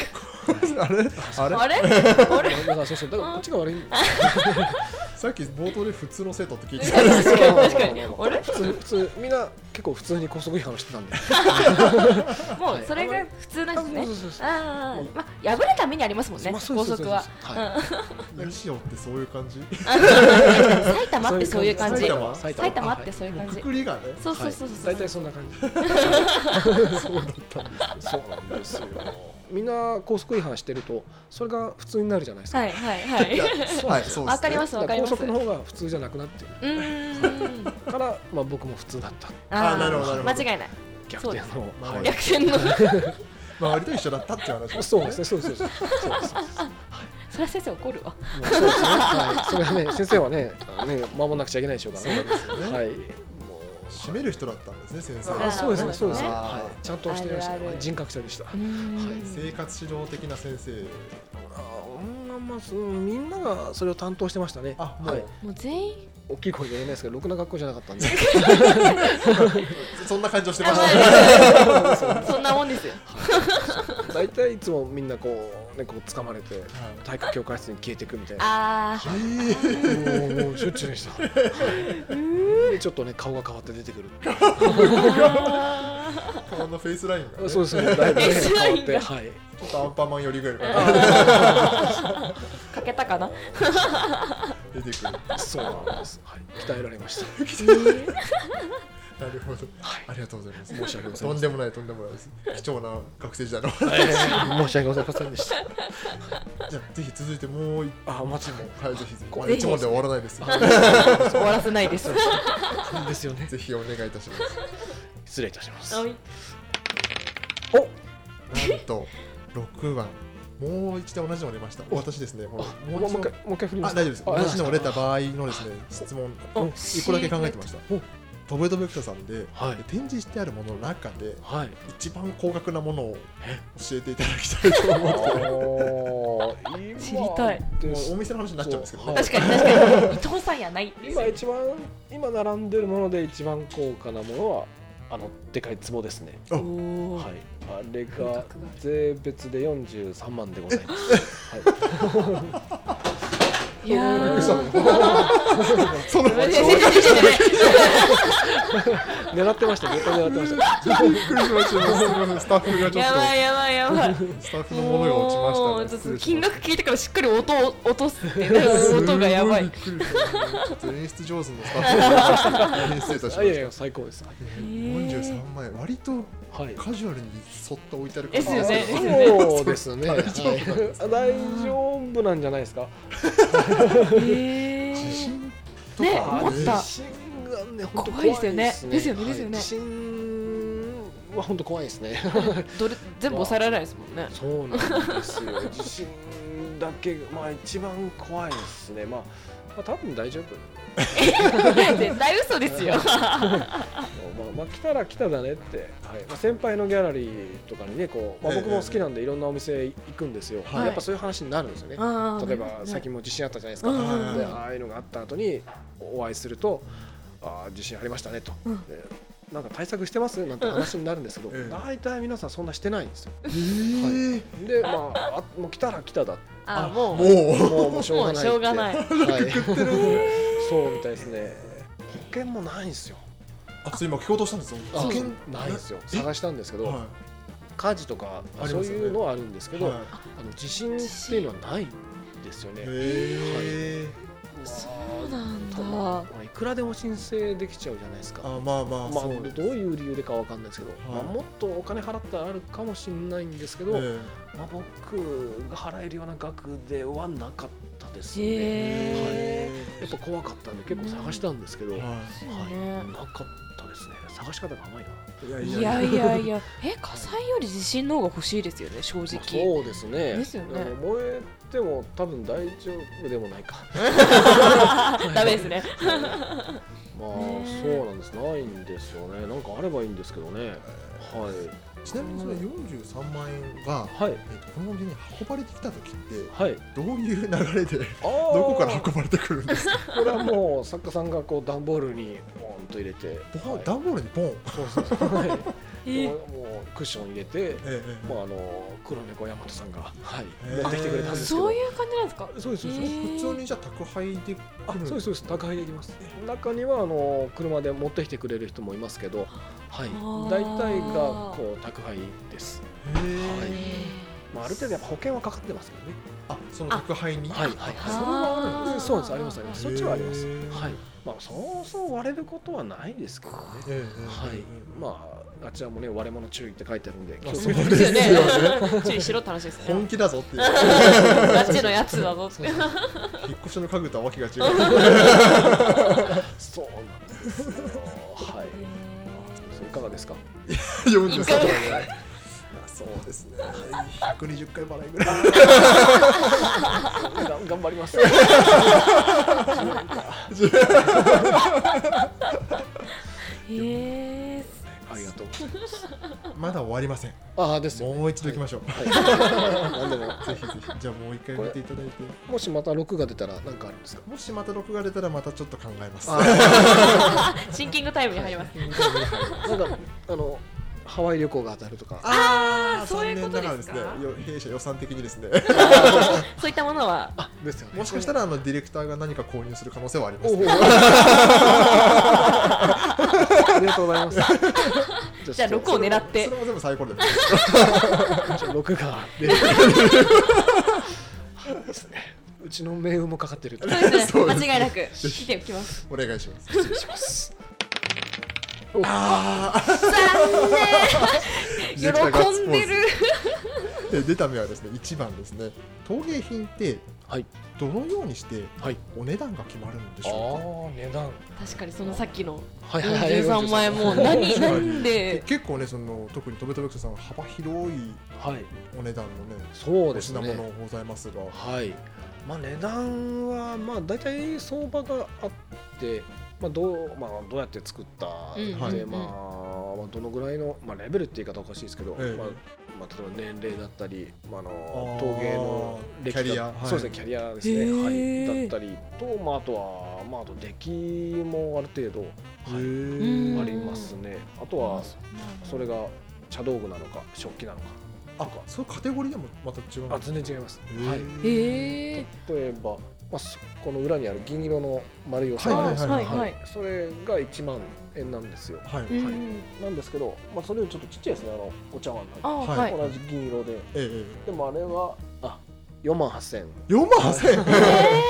あれあれ
あれあれ
だからそうそうだからこっちが悪いんです
さっき冒頭で普通の生徒って聞いてたんです
確かに確かにあれ
普通普通みんな結構普通に高速違反をしてたんで
もうそれが普通なんですね
そうそうそう
ああまあ破れた目にありますもんね
ま
高
あそうです
速は
そうですはい
けど西尾ってそういう感じ
埼玉ってそういう感じ
埼玉
埼玉ってそういう感
く
じ
くりがね
そうそうそうそ
は
う
い大体そんな 感じそうだったんですそうなんですよみんな高速違反してるとそれが普通になるじゃないですか、
はいはいはい
そう
はいそうですね
わかります
だ
わからり
高
ます
速の方が普通じゃなくなってる
うーん
から、まあ、僕も普通だった
あーなるほどなるほど
間違いない
逆転の
まあ
はい
逆転の
周りと一緒だったっていう話
そうですね
ね
そうですそうですそうです
それは先生怒るわ
もうそうですね、はい、それはね先生はねあのね守んなくちゃいけないでしょうからね
そうですよね
はい
締める人だったんですね先生
あそうですねそうですね、
あー
はい、ちゃんとしてました
あるある
人格者でした
うーん
生活指導的な先生
あーまあ、そうみんながそれを担当してましたね。
あもう、
はい、
もう全員
大きい声で言えないですけど、ろくな学校じゃなかった んで。
そんな感じをしてま
あ
した
まあそんなもんですよ
大体いつもみんなこう、ね、こう掴まれて、体育教科室に消えていくみたいな。
あ
えー
もう、もうしょっちゅ うでした。で、ちょっとね、顔が変わって出てくる。
ー
顔のフェイスラインが、ね、
そう
ち
ですね、だいぶね、
えそう
変
な
わっ
ん
て、
だ
はい。
ょっとアンパンマン寄りぐらいから
かけたかな
出てくる
そうなんです。はい、鍛えられました。
なるほど
はい
ありがとうございます
申し訳ござい
と
ま
ん
せ
で
ん。
もないとんでもないです貴重な学生時代の
申し訳ございませんでした。
じゃあぜひ続いてもう一
あ、まちも。
問はいぜひぜひ
こ
ま
う
あ一問で終わらないです
終わらせないです
いいですよね。
ぜひお願いいたします
失礼いたします。
はい
お、
なんと6番もう一度同じのを出ました私ですねこの
もう、もう一回、もう一回振りま
あ
す。
大丈夫です
あ
同じのを出た場合のですね質問
お
一個だけ考えてました
お
とべとべくささんで
はい
展示してあるものの中で
はい。
一番高額なものを教えていただきたいと思って
知りたい
もうお店の話になっちゃうんですけどね
確かに確かに伊藤さんやないです
今一番今並んでるもので一番高価なものはあのでかい壺ですね。
お
お
はい
ー。
あれ
本
が
格が
税別で43万でございます。はい
やー
嘘その
やめてやめてやめてやめて
い。狙ってました。絶対狙ってました。
びっくりしましたすみま せんスタッフがちょっ
や
と
ばいやばいやばい
スタッフのものが落ちましたね
もうちょっ
失
と
礼し
金
ました
額聞いてからしっかり音を落とすってね音がやばい。
すごびっくりしたちょっと演出上手のスタッフが大変失礼いたしま
あいやい
し
や最高です。はい。
た。四十三万円、割と
はい
カジュアルにそっと置いてある
ですよねですよね
そうですね。はいあ大丈夫なんじゃないですか。
地
へー
震とか
ね
あ
思った
地震がね本当
怖いですよねですよね
はい
ですよね
地震は本当怖いですね。
どれ全部抑えられないですも んね
そうなんですよ。地震だけが、まあ、一番怖いですね。まあ、まあ、多分大丈夫。
絶対嘘です よ
まあ、まあ、来たら来ただねって、はい、まあ、先輩のギャラリーとかにね、こう、まあ、
ええ
僕も好きなんで、いろんなお店行くんですよ。
はい
やっぱそういう話になるんですよね。
あー
例えば、最近も地震あったじゃないですか。
うん
で、ああいうのがあった後に、お会いすると、ああ、地震ありましたねと。
うん
でなんか対策してますなんて話になるんですけど、
うん
大体皆さんそんなしてないんですよ。
えー
で、まあ、あもう来たら来ただ
あも
も
うも
う
もうもうしょうが
う
ない。
しょうがない
はい、そうみたいですね。保険もないんですよ。
あ、そう今聞こうとしたんですよ。
あ
保険
ないんですよ。
え
探したんですけど、
は
火事とか、
あります
そ
よ
う
ね
いうのはあるんですけ
い
ど、
はい
あの地震っていうのはないんですよね。
へ
です
そうなんだ
まあいくらでも申請できちゃうじゃないですか
あまあまあ
まあ、
そう
どういう理由でかわかんないですけど、
は
ま
い
あ、もっとお金払ったらあるかもしれないんですけど、
え
まあ、僕が払えるような額ではなかったですね、
へ
はい、やっぱ怖かったんで結構探したんですけど、
え
はい
は
ね
なかったですね探し方が甘いな、
いいや
いやいやいやえ火災より地震の方が欲しいですよね正
まあ
直
そうですね
ですよね
あの燃えても多分大丈夫でもないか
ダメです ね
まあ
ね
そうなんですないんですよねなんかあればいいんですけどねはい
ちなみにその43万円が、
はい
えっとこのお店に運ばれてきた時って
はい
どういう流れでど
ど
こから運ばれてくるんですか
これはもう作家さんがこう段ボールにボーンと入れて、
ボン
はい
段ボールにボン、
そうそうそうはい
え
で
ー
もうクッション入れて、
えええ
まああの黒猫大和さんが、はい
へー
持ってきてくれたんですけど
そういう感じなんですか
そうですそ
へ
うです、
え
ー
普通にじゃあ宅配で来る
あそうですそうです宅配できます中にはあの車で持ってきてくれる人もいますけど、はい
あー、
大体がこう宅配です、
へえ
まあ、ある程度やっぱ保険はかかってますけどね
あその宅配に
はいはい
あー
それはあるんですそうですありますあります
へ
そ
ー
っちはありますはいまあそうそう割れることはないですけどね
ええええ
はいまああちらもね割れ物注意って書いてあるんで気を
あ
つ
そう
け
で
て
です
す
よ
よね
ね 注意しろって話です
本
ね
気だぞ っていう
ガチのやつだぞって
引っ越しの家具とはわけが違う
そうなんですよはいそういかがです か
43万円いや そうですね120回払いぐらい
が頑張り ます
へえ
ありがとう
まだ終わりません
ああですよ、
もう一度行きましょう、
はい、 何でも
ぜひぜひじゃあもう一回見ていただいて
もしまた録が出たら何かあるんですか
もしまた録画出たらまたちょっと考えます
シンキングタイムに入ります
なんかあのハワイ旅行が当たるとか
あ
ーそういうこ
残念な
とですか
がらですねよ弊社予算的にです ね
そういったものは
ですよね
もしかしたらあのディレクターが何か購入する可能性はありま
お
す
おありがとうございます
じゃあ録を狙って
それも全部最高です
じゃあ録が 出るですねうちの命運もかかっ てると
そうですね
そうです
間違いなく見ておきます
お願いします
失礼します
あ
残
ー
念喜んでる
で出た目はですね一番ですね陶芸品って
はい
どのようにして
はい
お値段が決まるんでし
あ
ょ
ー値段
確かにそのさっきの
はい
43万円もう何なん
うか
で
結構ねその特にとべとべくさんは幅広い
はい
お値段のね
そう
お
です
品物
ね
ございますが
はいまあ値段はまあ大体相場があってまあどうまあどうやって作った
うん
で
うん
まあまあどのぐらいのまあレベルって言い方おかしいですけど
ええ
まあまあ例えば年齢だったりまああの
あー
陶芸の歴史
キャリア
だ
はい
そうですねキャリアです
へ
ね
ー
はいだったりとまああとはまああと出来もある程度はい
うん
ありますねあとはそれが茶道具なのか食器なのか
あそういうカテゴリーでもまた違うん
あ
です
全然違います
ね
はい
へえ
例えば、まあ、そこの裏にある銀色の丸いお皿、
は
はいい
はい
はい
は
はいい
それが1万円なんですよ
はい、
う
え
ん
なんですけど、まあ、それよりちょっとちっちゃいですねあのお茶碗
あ
が
は
ーはいい
同じ銀色で
え
でもあれはあ4万8000円
4万8000円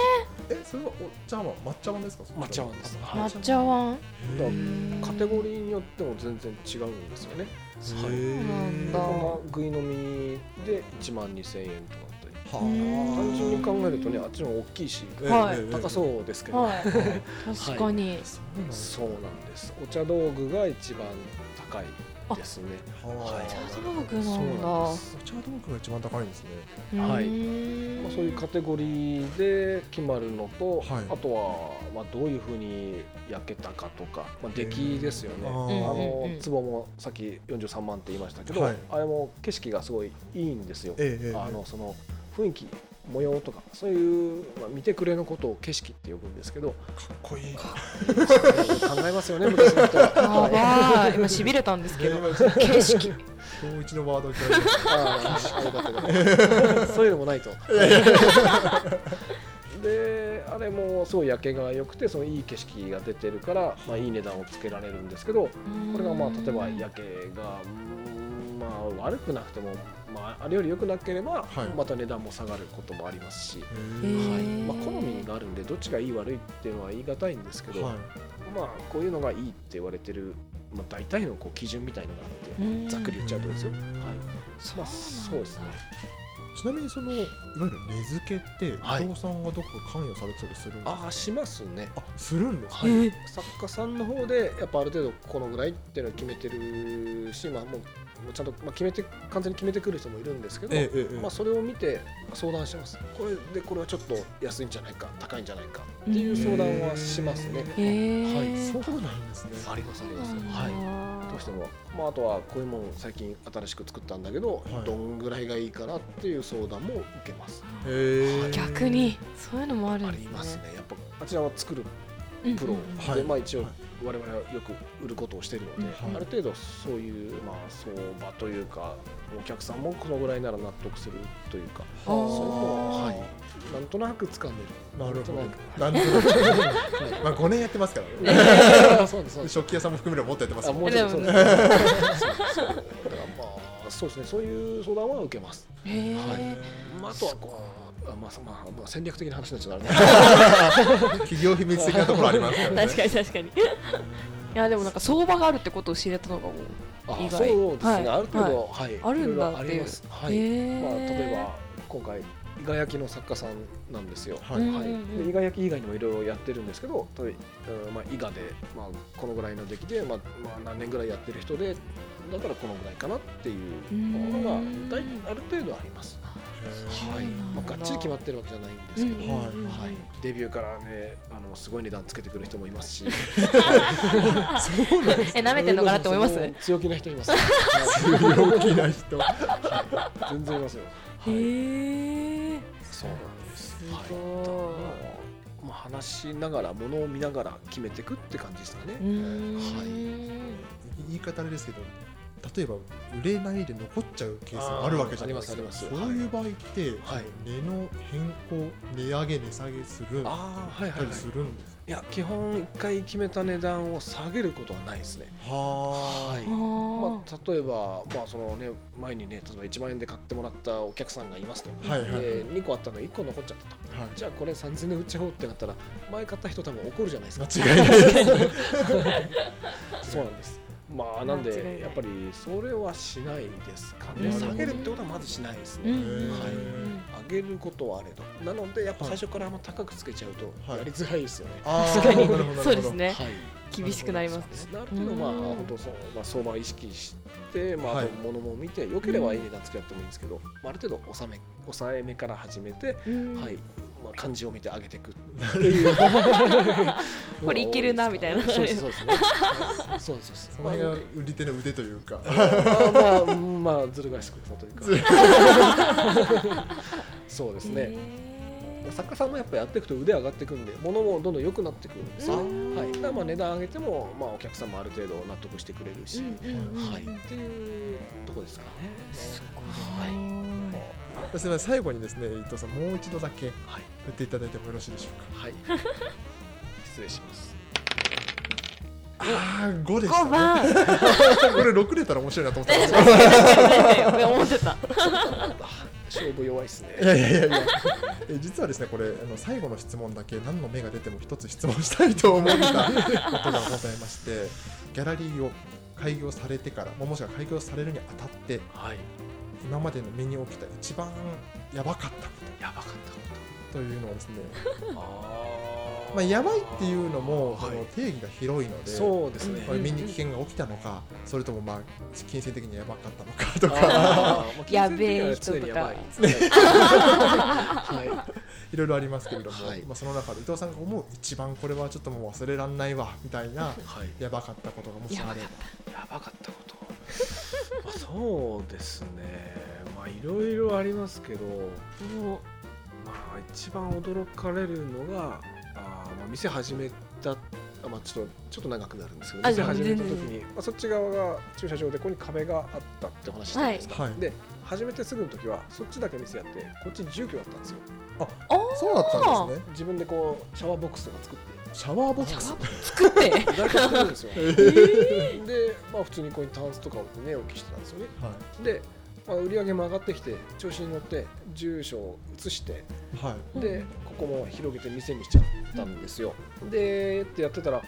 えそれはお茶碗抹茶碗ですか
抹茶碗です
あ
抹茶碗
へ
だ
ー
カテゴリーによっても全然違うんですよね
へー
そうなんだ
こんな食い飲みで1万2000円とかだったり
はあ
うん
単純に考えるとねあっちの方が大きいし
ええ
はい
ええええ
高そうですけど、
はい確かに
そうなんです
そうなんですお茶道具が一番高いですね
は
はい
あ
茶
茶
道具
そ
な
うん
だ
なんです
道具が一番高いんですね
はいう
ーん
まあ、そういうカテゴリーで決まるのと、
はい
あとは、まあ、どういうふうに焼けたかとか、まあ、出来ですよね。
あー
あの
うんうんうん
壺もさっき43万って言いましたけど、
はい
あれも景色がすごいいいんですよ。
ええええ
あのその雰囲気模様とかそういう、まあ、見てくれのことを景色って呼ぶんですけ ど
かっこいい
考えますよね昔の人は。
やばい今しびれたん ですけど景色
今日一のワードをいただきました
ああ、よかったよかった。そういうのもな いと。で、あれもすごい夜景が良くて、そのいい景色が出てるから、まあ、いい値段をつけられるんですけど、これがまあ例えば夜景が、うんままあ、悪くなくても、まあ、あれより良くなければ、
はい
また値段も下がることもありますし、
へー
はいまあ、好みがあるんでどっちがいい悪いっていうのは言い難いんですけど、
はい
まあ、こういうのがいいって言われてる、まあ、大体のこう基準みたいのがあって、
うん
ざっくり言っちゃうとですよ、はい
そう
ま
なんだ
あ、そうですね
ちなみにそのいわゆる根付けって伊
はい
藤さんがどこか関与されてたりするんですか、
ああしますね
あするんですか、
はい
えー
作家さんの方でやっぱある程度このぐらいっていうのを決めてるし、まあ、もうもうちゃんと、まあ、決めて完全に決めてくる人もいるんですけど、
ええええ
まあ、それを見て相談してますこれでこれはちょっと安いんじゃないか高いんじゃないかっていう相談はしますね、
へー
はいそうなんですね
ありますあります
は
はいいどうしても、まあ、あとはこういうものを最近新しく作ったんだけど、
はい
どんぐらいがいいかなっていう相談も受けます
へー
逆にそういうのもあるん
あ
で
り
すね
ますねやっぱあちらは作る
うん
プロ
う
はい
で、まあ、一応
はい
我々はよく売ることをしてるので、
はい
ある程度そういう、まあ、相場というかお客さんもこのぐらいなら納得するというか
あ
そういうのを、
ー
はい、なんとなく掴んでる
なるほど
なんとなく
なんとなくまあ5年やってますから ね
そうですそうです
食器屋さんも含めればもっとやってます
あ
もん
もうちょっとそうです
で
そうですそうですだからまあそうですねそういう相談は受けます
へえ、
はいまあ、あとはこうあまあ、まあまあ、戦略的な話になっちゃうからね
企業秘密的なところありますからね
確かに確かにいやでもなんか相場があるってことを知れたのがもう
あ
意外
そうですね、
はい
ある程度、はい
あるんだっていう
ろろありますはい、
へえ
まあ、例えば今回伊賀焼きの作家さんなんですよ、
はい
うん
はいで伊賀焼き以外にもいろいろやってるんですけど例えば、うんまあ、伊賀で、まあ、このぐらいの出来で、まあまあ、何年ぐらいやってる人でだからこのぐらいかなっていうものが
うん
大ある程度あります、
そう
は
ないんだ
まあ、がっちり決まってるわけじゃないんですけど、
うんうんうんうん
はい、デビューからねあのすごい値段つけてくる人もいますし
そうなんです
え舐めてんのかなって思います
そ
へ
うう強気な 人います
強気な人
全然いますよ、はい、
え
そうなんで
す
すはい
ご
まあ話しながらものを見ながら決めていくって感じですかね、
いうん
言い方あれですけど 例えば売れないで残っちゃうケースもあるわけじゃないですか
あーありますあ
そ
ります
ういう場合って、
はい
値の変更値上げ値下げするあ
ああはいは
た
い、は
り
い
するんです
いや基本一回決めた値段を下げることはないですね。
は
はい
あー
まあ、例えば、まあそのね、前にね例えば1万円で買ってもらったお客さんがいますと、
はいはいはい
で2個あったの1個残っちゃったと
い、はい、
じゃあこれ3000円で売っちゃおうってなったら前買った人多分怒るじゃないですか
間違いないですね
そうなんですまあなん
間違いな
で
い
やっぱりそれはしないですか
うん
ね下げるってことはまずしないです
うん
ね、
うん
はい
上げることはあれどなのでやっぱ最初からあんま高くつけちゃうと
はい
やりづらいですよね、
あー
確かに
なるほどなるほど
そうですね
はい
厳しくなります
そうですね。なるほど、まあ、
うん
本当そう、まあ、相場を意識して、まあ、
は
あ
い
と物も見て、良ければいい値段つけ合ってもいいんですけど。まあ、ある程度、納め、抑えめから始めて、
うん
はい、まあ、漢字を見て上げ ていくっていう。
これいけるなみたいな
そうです、そうですね。 そうです、そうです。
その辺が売り手の腕というか
まあ、まあ、まあ、ずる賢さ というか。そうですね。作家さんもやっぱやっていくと腕上がっていくんで物もどんどん良くなってくるんですね、
うん
はい、だからまあ値段上げても、まあ、お客さんもある程度納得してくれるし、
うんうんうん
はい、っていうとこですかね
すご
はい
い
すみません最後にですね伊藤さんもう一度だけ
はい、
振っていただいてもよろしいでしょうか
はい、失礼します
ああ5でした
5
ね
番
これ6出たら面白いなと思ったんですけ
思ってた
勝負弱いです
どい
ね
やいやいやいやえ実はですねこれあの最後の質問だけ何の目が出ても一つ質問したいと思ったことがございましてギャラリーを開業されてからももしくは開業されるにあたって
はい
今までの目に起きた一番やばかったこ
やばかった
とというのをですね、
ことあー
まあ、やばいっていうのもそ
は
の
い
定義が広いので。
そうですね、
まあ身に危険が起きたのか、それともまあ金銭的にやばかったのかとか、
あーまあ
やべえ人とか
常にやばいですねはい
ろいろありますけれども、
はい、
まあその中で伊藤さんが思う一番これはちょっともう忘れられないわみたいない
はい
やばかったことがもしあれば、
やばかったこと、 まあ、そうですねまあいろいろありますけど
も
まあ一番驚かれるのがあー、まあ、店始めたあまあちょっとちょっと長くなるんですけど
あ
店
でも
始めた時
全
に、まあ、そっち側が駐車場でここに壁があったって話したじゃないですか、
はい
で始めてすぐの時はそっちだけ店やってこっち住居だったんですよ
うあ
そうだったんですね。
自分でこうシャワーボックスとか作って
シャワーボ
シ
ック
ャ
ス
ワー作って
誰か作る んですよ、で、まあ、普通にこういうタンスとかをね置きしてたんですよね
は
で、まあ、売り上げも上がってきて調子に乗って住所を移して
いはい
うん
でここも広げて店にしちゃったんですよ、でってやってたら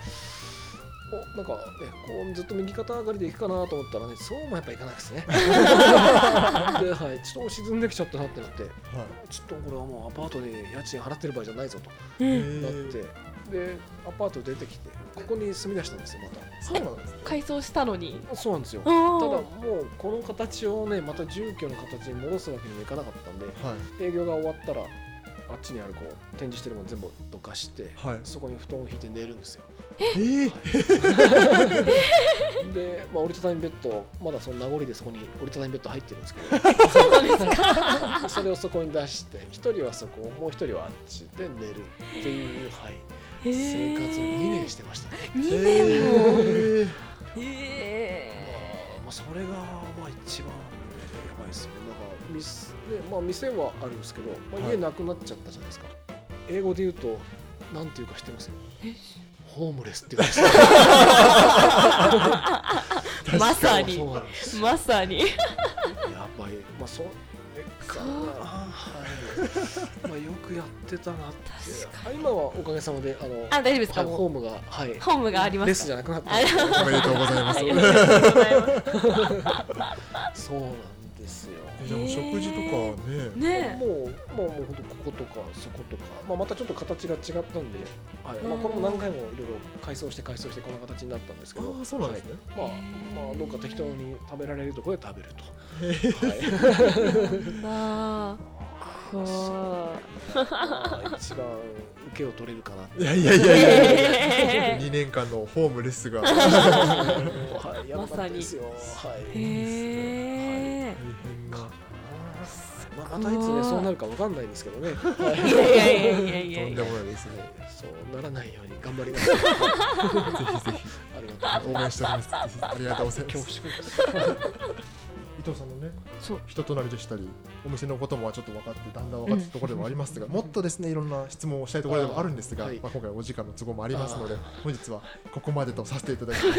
おなんか、ね、こうずっと右肩上がりでいくかなと思ったらねそうもやっぱいかないです ねで、はい、ちょっと沈んできちゃったなってなって
はい
ちょっとこれはもうアパートで家賃払ってる場合じゃないぞと
うん
なってでアパート出てきてここに住み出したんですよまた
そうなんですね
改装したのに
そうなんですよ
ただ
ただもうこの形をねまた住居の形に戻すわけにもいかなかったんで
は
営業が終わったらあっちにあるこう展示してるもの全部どかして
いはい
そこに布団を引いて寝るんですよ
ええ
で、まあ、折りたたみベッドまだその名残でそこに折りたたみベッド入ってるんですけど
そうなんですか
それをそこに出して一人はそこもう一人はあっちで寝るっていう、はい、生活を2年してましたね、
2年も
ええ
え
まあ、それがまあ一番やばいですよねだから店,、ねまあ、店はあるんですけど、まあ、
はい
家なくなっちゃったじゃないですか、英語で言うとなんていうか知ってます
え
ホームレスって言うん ですよ
ーまさに
そうなんですよ
まさに
やばい、まあ、そう
そう
はい、まあ、よくやってたなって
確
あ今はおかげさまであの
あ大丈夫です
は
か
い、
も
ホ
う
ームが、はい、
ホームがありま
レ
す
スじゃなくなっ
あ
た
おめでとうございます
あ
じ
りがとうございま
そうなんですよ
ゃあお食事とか
す
ね
ね
もう、まあ、もう本当こことかそことか、まあ、またちょっと形が違ったんで、はいまあ、
うん
これも何回もいろいろ改装して改装してこんな形になったんですけど
ああそうなんですね
はいまあ、まあどうか適当に食べられるところで食べる
へ
と、はい
えなあこう
まあ、一番受けを取れるかなって
いやいやいやいやいや
え
2年間のホームレス が
はい、やばかったですよ。はい。
え
大変な
まあ、またいつね、そうなるかわかんないですけど ね。はい
いやいやいやいやいや
とん
い
で
や
もないですね
そうならないように頑張 ります。あ
ぜひぜ
りがと
ひ
う。
応援しておりますぜひありがとうございま
恐
す
縮 です。
伊藤さんのね
そう
人となりでしたりお店のこともちょっと分かってだんだん分かってきたところではありますが、もっとですねいろんな質問をしたいところでもあるんですが、
はい
まあ、今回お時間の都合もありますので本日はここまでとさせていただき
ありが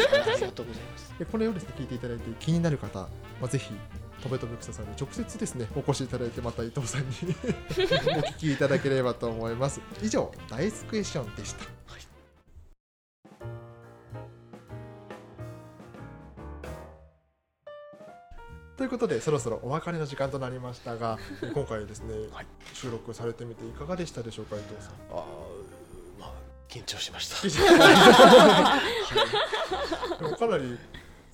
とうございます。
でこれをですね聞いていただいて気になる方、まあ、ぜひとべとべ草さんに直接ですねお越しいただいてまた伊藤さんに お聞きいただければと思います以上ダイスクエスチョンでしたということでそろそろお別れの時間となりました が今回ですね、
はい
収録されてみていかがでしたでしょうか伊藤さん
あーまあ、緊張しました。
でもかなり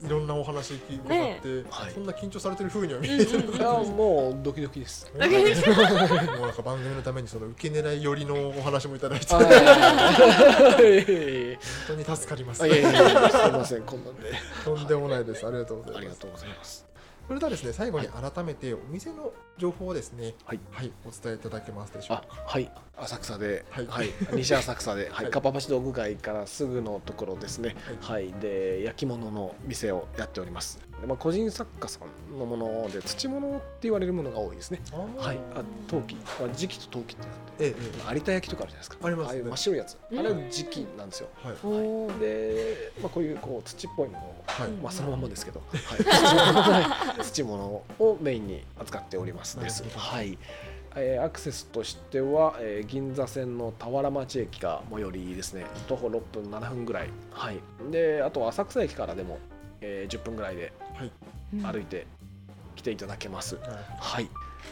いろんなお話聞いてもらって、
はい
そんな緊張されてる風には見えて
うんうん
いや、もうドキドキです。
もうなんか番組のためにその受け狙い寄りのお話もいただいて
あ
本
ー
当に助かります
あいやいやいやすみません、こんなんで。
とんでもないですありがとうござ
あ
い
り
ま
が
す
とうございます。
それではですね最後に改めてお店の情報をですね
はい
お伝えいただけますでしょう
あ
か
はい浅草で、
は
はいい西浅草で、は
はい
い、かっぱ橋道具街からすぐのところですね、
は
はい、で焼き物の店をやっております、でまあ、個人作家さんのもので土物って言われるものが多いですね、
あー
はい、あ陶器、まあ、磁器と陶器ってなって
えええ
有田焼とかあるじゃないですか
ありますね
あいう真っ白いやつあ
うん
れは磁器なんですよ
えはい
おー
で、まあ、こういうこう土っぽいものを
はい
うん
まあ、そのままですけど、はい、土物をメインに扱っておりますです
なるほど
はいえーアクセスとしては、えー銀座線の田原町駅が最寄りですね徒歩6分7分ぐらい、はい、であとは浅草駅からでも、えー10分ぐらいで
うん
歩いて来ていただけます、
はい
はい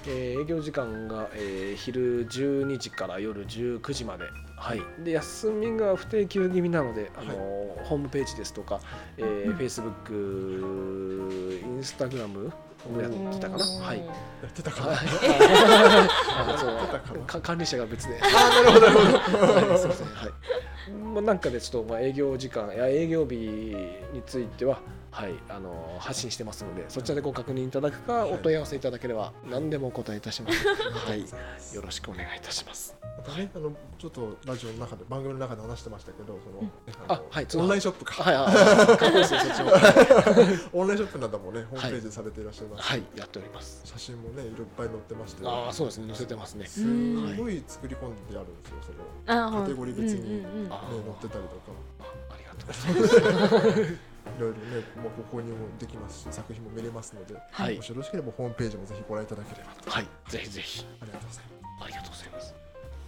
えー営業時間が、えー昼12時から夜19時まで,、はい、で休みが不定休気味なので、あのーホームページですとか、えー
うん
Facebook、Instagram をやってたかな、はい
やってたかな
あ
か
そう
な
か管理者が別で、
あなるほどなるほど
はい、すいません、はいまあ、なんかでちょっとまあ営業時間いや営業日については、はい、あの発信してますのでそちらでご確認いただくか、
はい
お問い合わせいただければ何でもお答えいたします、はい、
よ
よろしくお願いいたします
またねあのちょっとラジオの中で番組の中で話してましたけどその、
あ
の
はい
オンラインショップか、
はいはいかっこいいですよそっちもは
オンラインショップなどもねホームページでされていらっしゃいます、
いやっております
写真もねいろいっぱい載ってまして
ああそうですね載せてますね
すんごい作り込んであるんですよそれを、ね、
あほん
カテゴリー別に
うんうんうん
あ
載ってたりとか
あありがとうございます
いろいろねもうご購入もできますし作品も見れますので、
はい
もしよろしければホームページもぜひご覧いただければと
はいぜひぜひ
ありがとうございま
ありがとうございます
す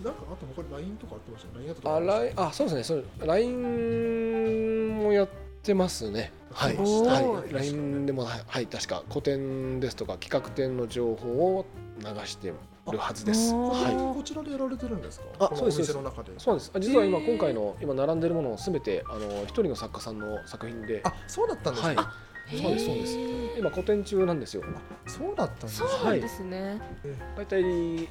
なんかあと他に LINE とかあってましたね LINE アットとか
あライ
り
ン
ましたね
あそうですねそう LINE もやってますねはい、
おー
はい、LINE でもはいはい確か個展ですとか企画展の情報を流してるはずです
おー
はい
こちらでやられてるんですか
あ
この
そうです
お店の中で
そうなんですあ実は今
へー
今回の今並んでるものを全てあの一人の作家さんの作品で
あそうだったんです
はい
か、
そうですそうです
へー
今個展中なんですよ
そうだったんです
そ
ね
うなんですね。
大体9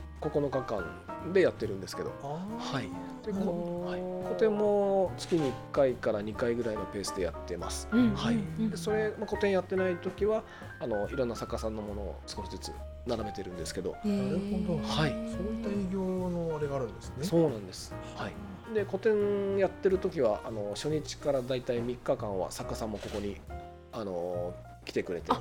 日間でやってるんですけど
あー
はいで
お
こ
ー
はい個展も月に1回から2回ぐらいのペースでやってます
うんうん
はい
うん
でそれ、まあ、個展やってない時はあのいろんな作家さんのものを少しずつ並べてるんですけど
なるほど
はい
そういった営業のあれがあるんですね
そうなんですはいで個展やってる時はあの初日から大体3日間は作家さんもここにあの来てくれては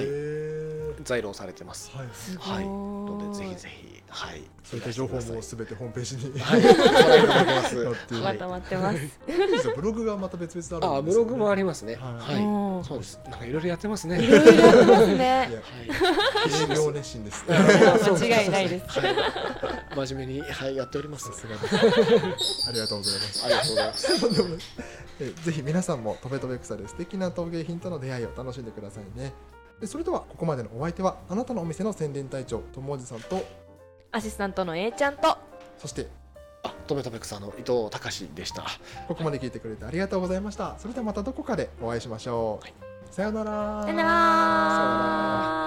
い
へー
在庫されてます
はい
すご
はい
い。
のでぜひぜひはい
そういった情報
いら
も
して
すべてホームページに、
くださいはいご覧いただけ
載っ
ます
ている
また待ってます。
いいですよブログがまた別々あ
あ
るんで
ブ
すよ
ロ
ね
グもありますね
はい
はい
もう
そうです。なんかいろいろやってますね。
いろいろやってますね。
や
はい
営業熱心ですね
間違いないです
はい真面目に、はい、やっております
さ。すがですありがとうござい ます
ありがとうございます。
とんでもないえぜひ皆さんもとべとべ草で素敵な陶芸品との出会いを楽しんでくださいねでそれではここまでのお相手はあなたのお店の宣伝隊長友おじさんと
アシスタントの A ちゃんと。
そして
あ、とめとめくさんの伊藤隆でした。
ここまで聞いてくれてありがとうございましたそれではまたどこかでお会いしましょう、
はい
さようなら
さよな
よ
ら。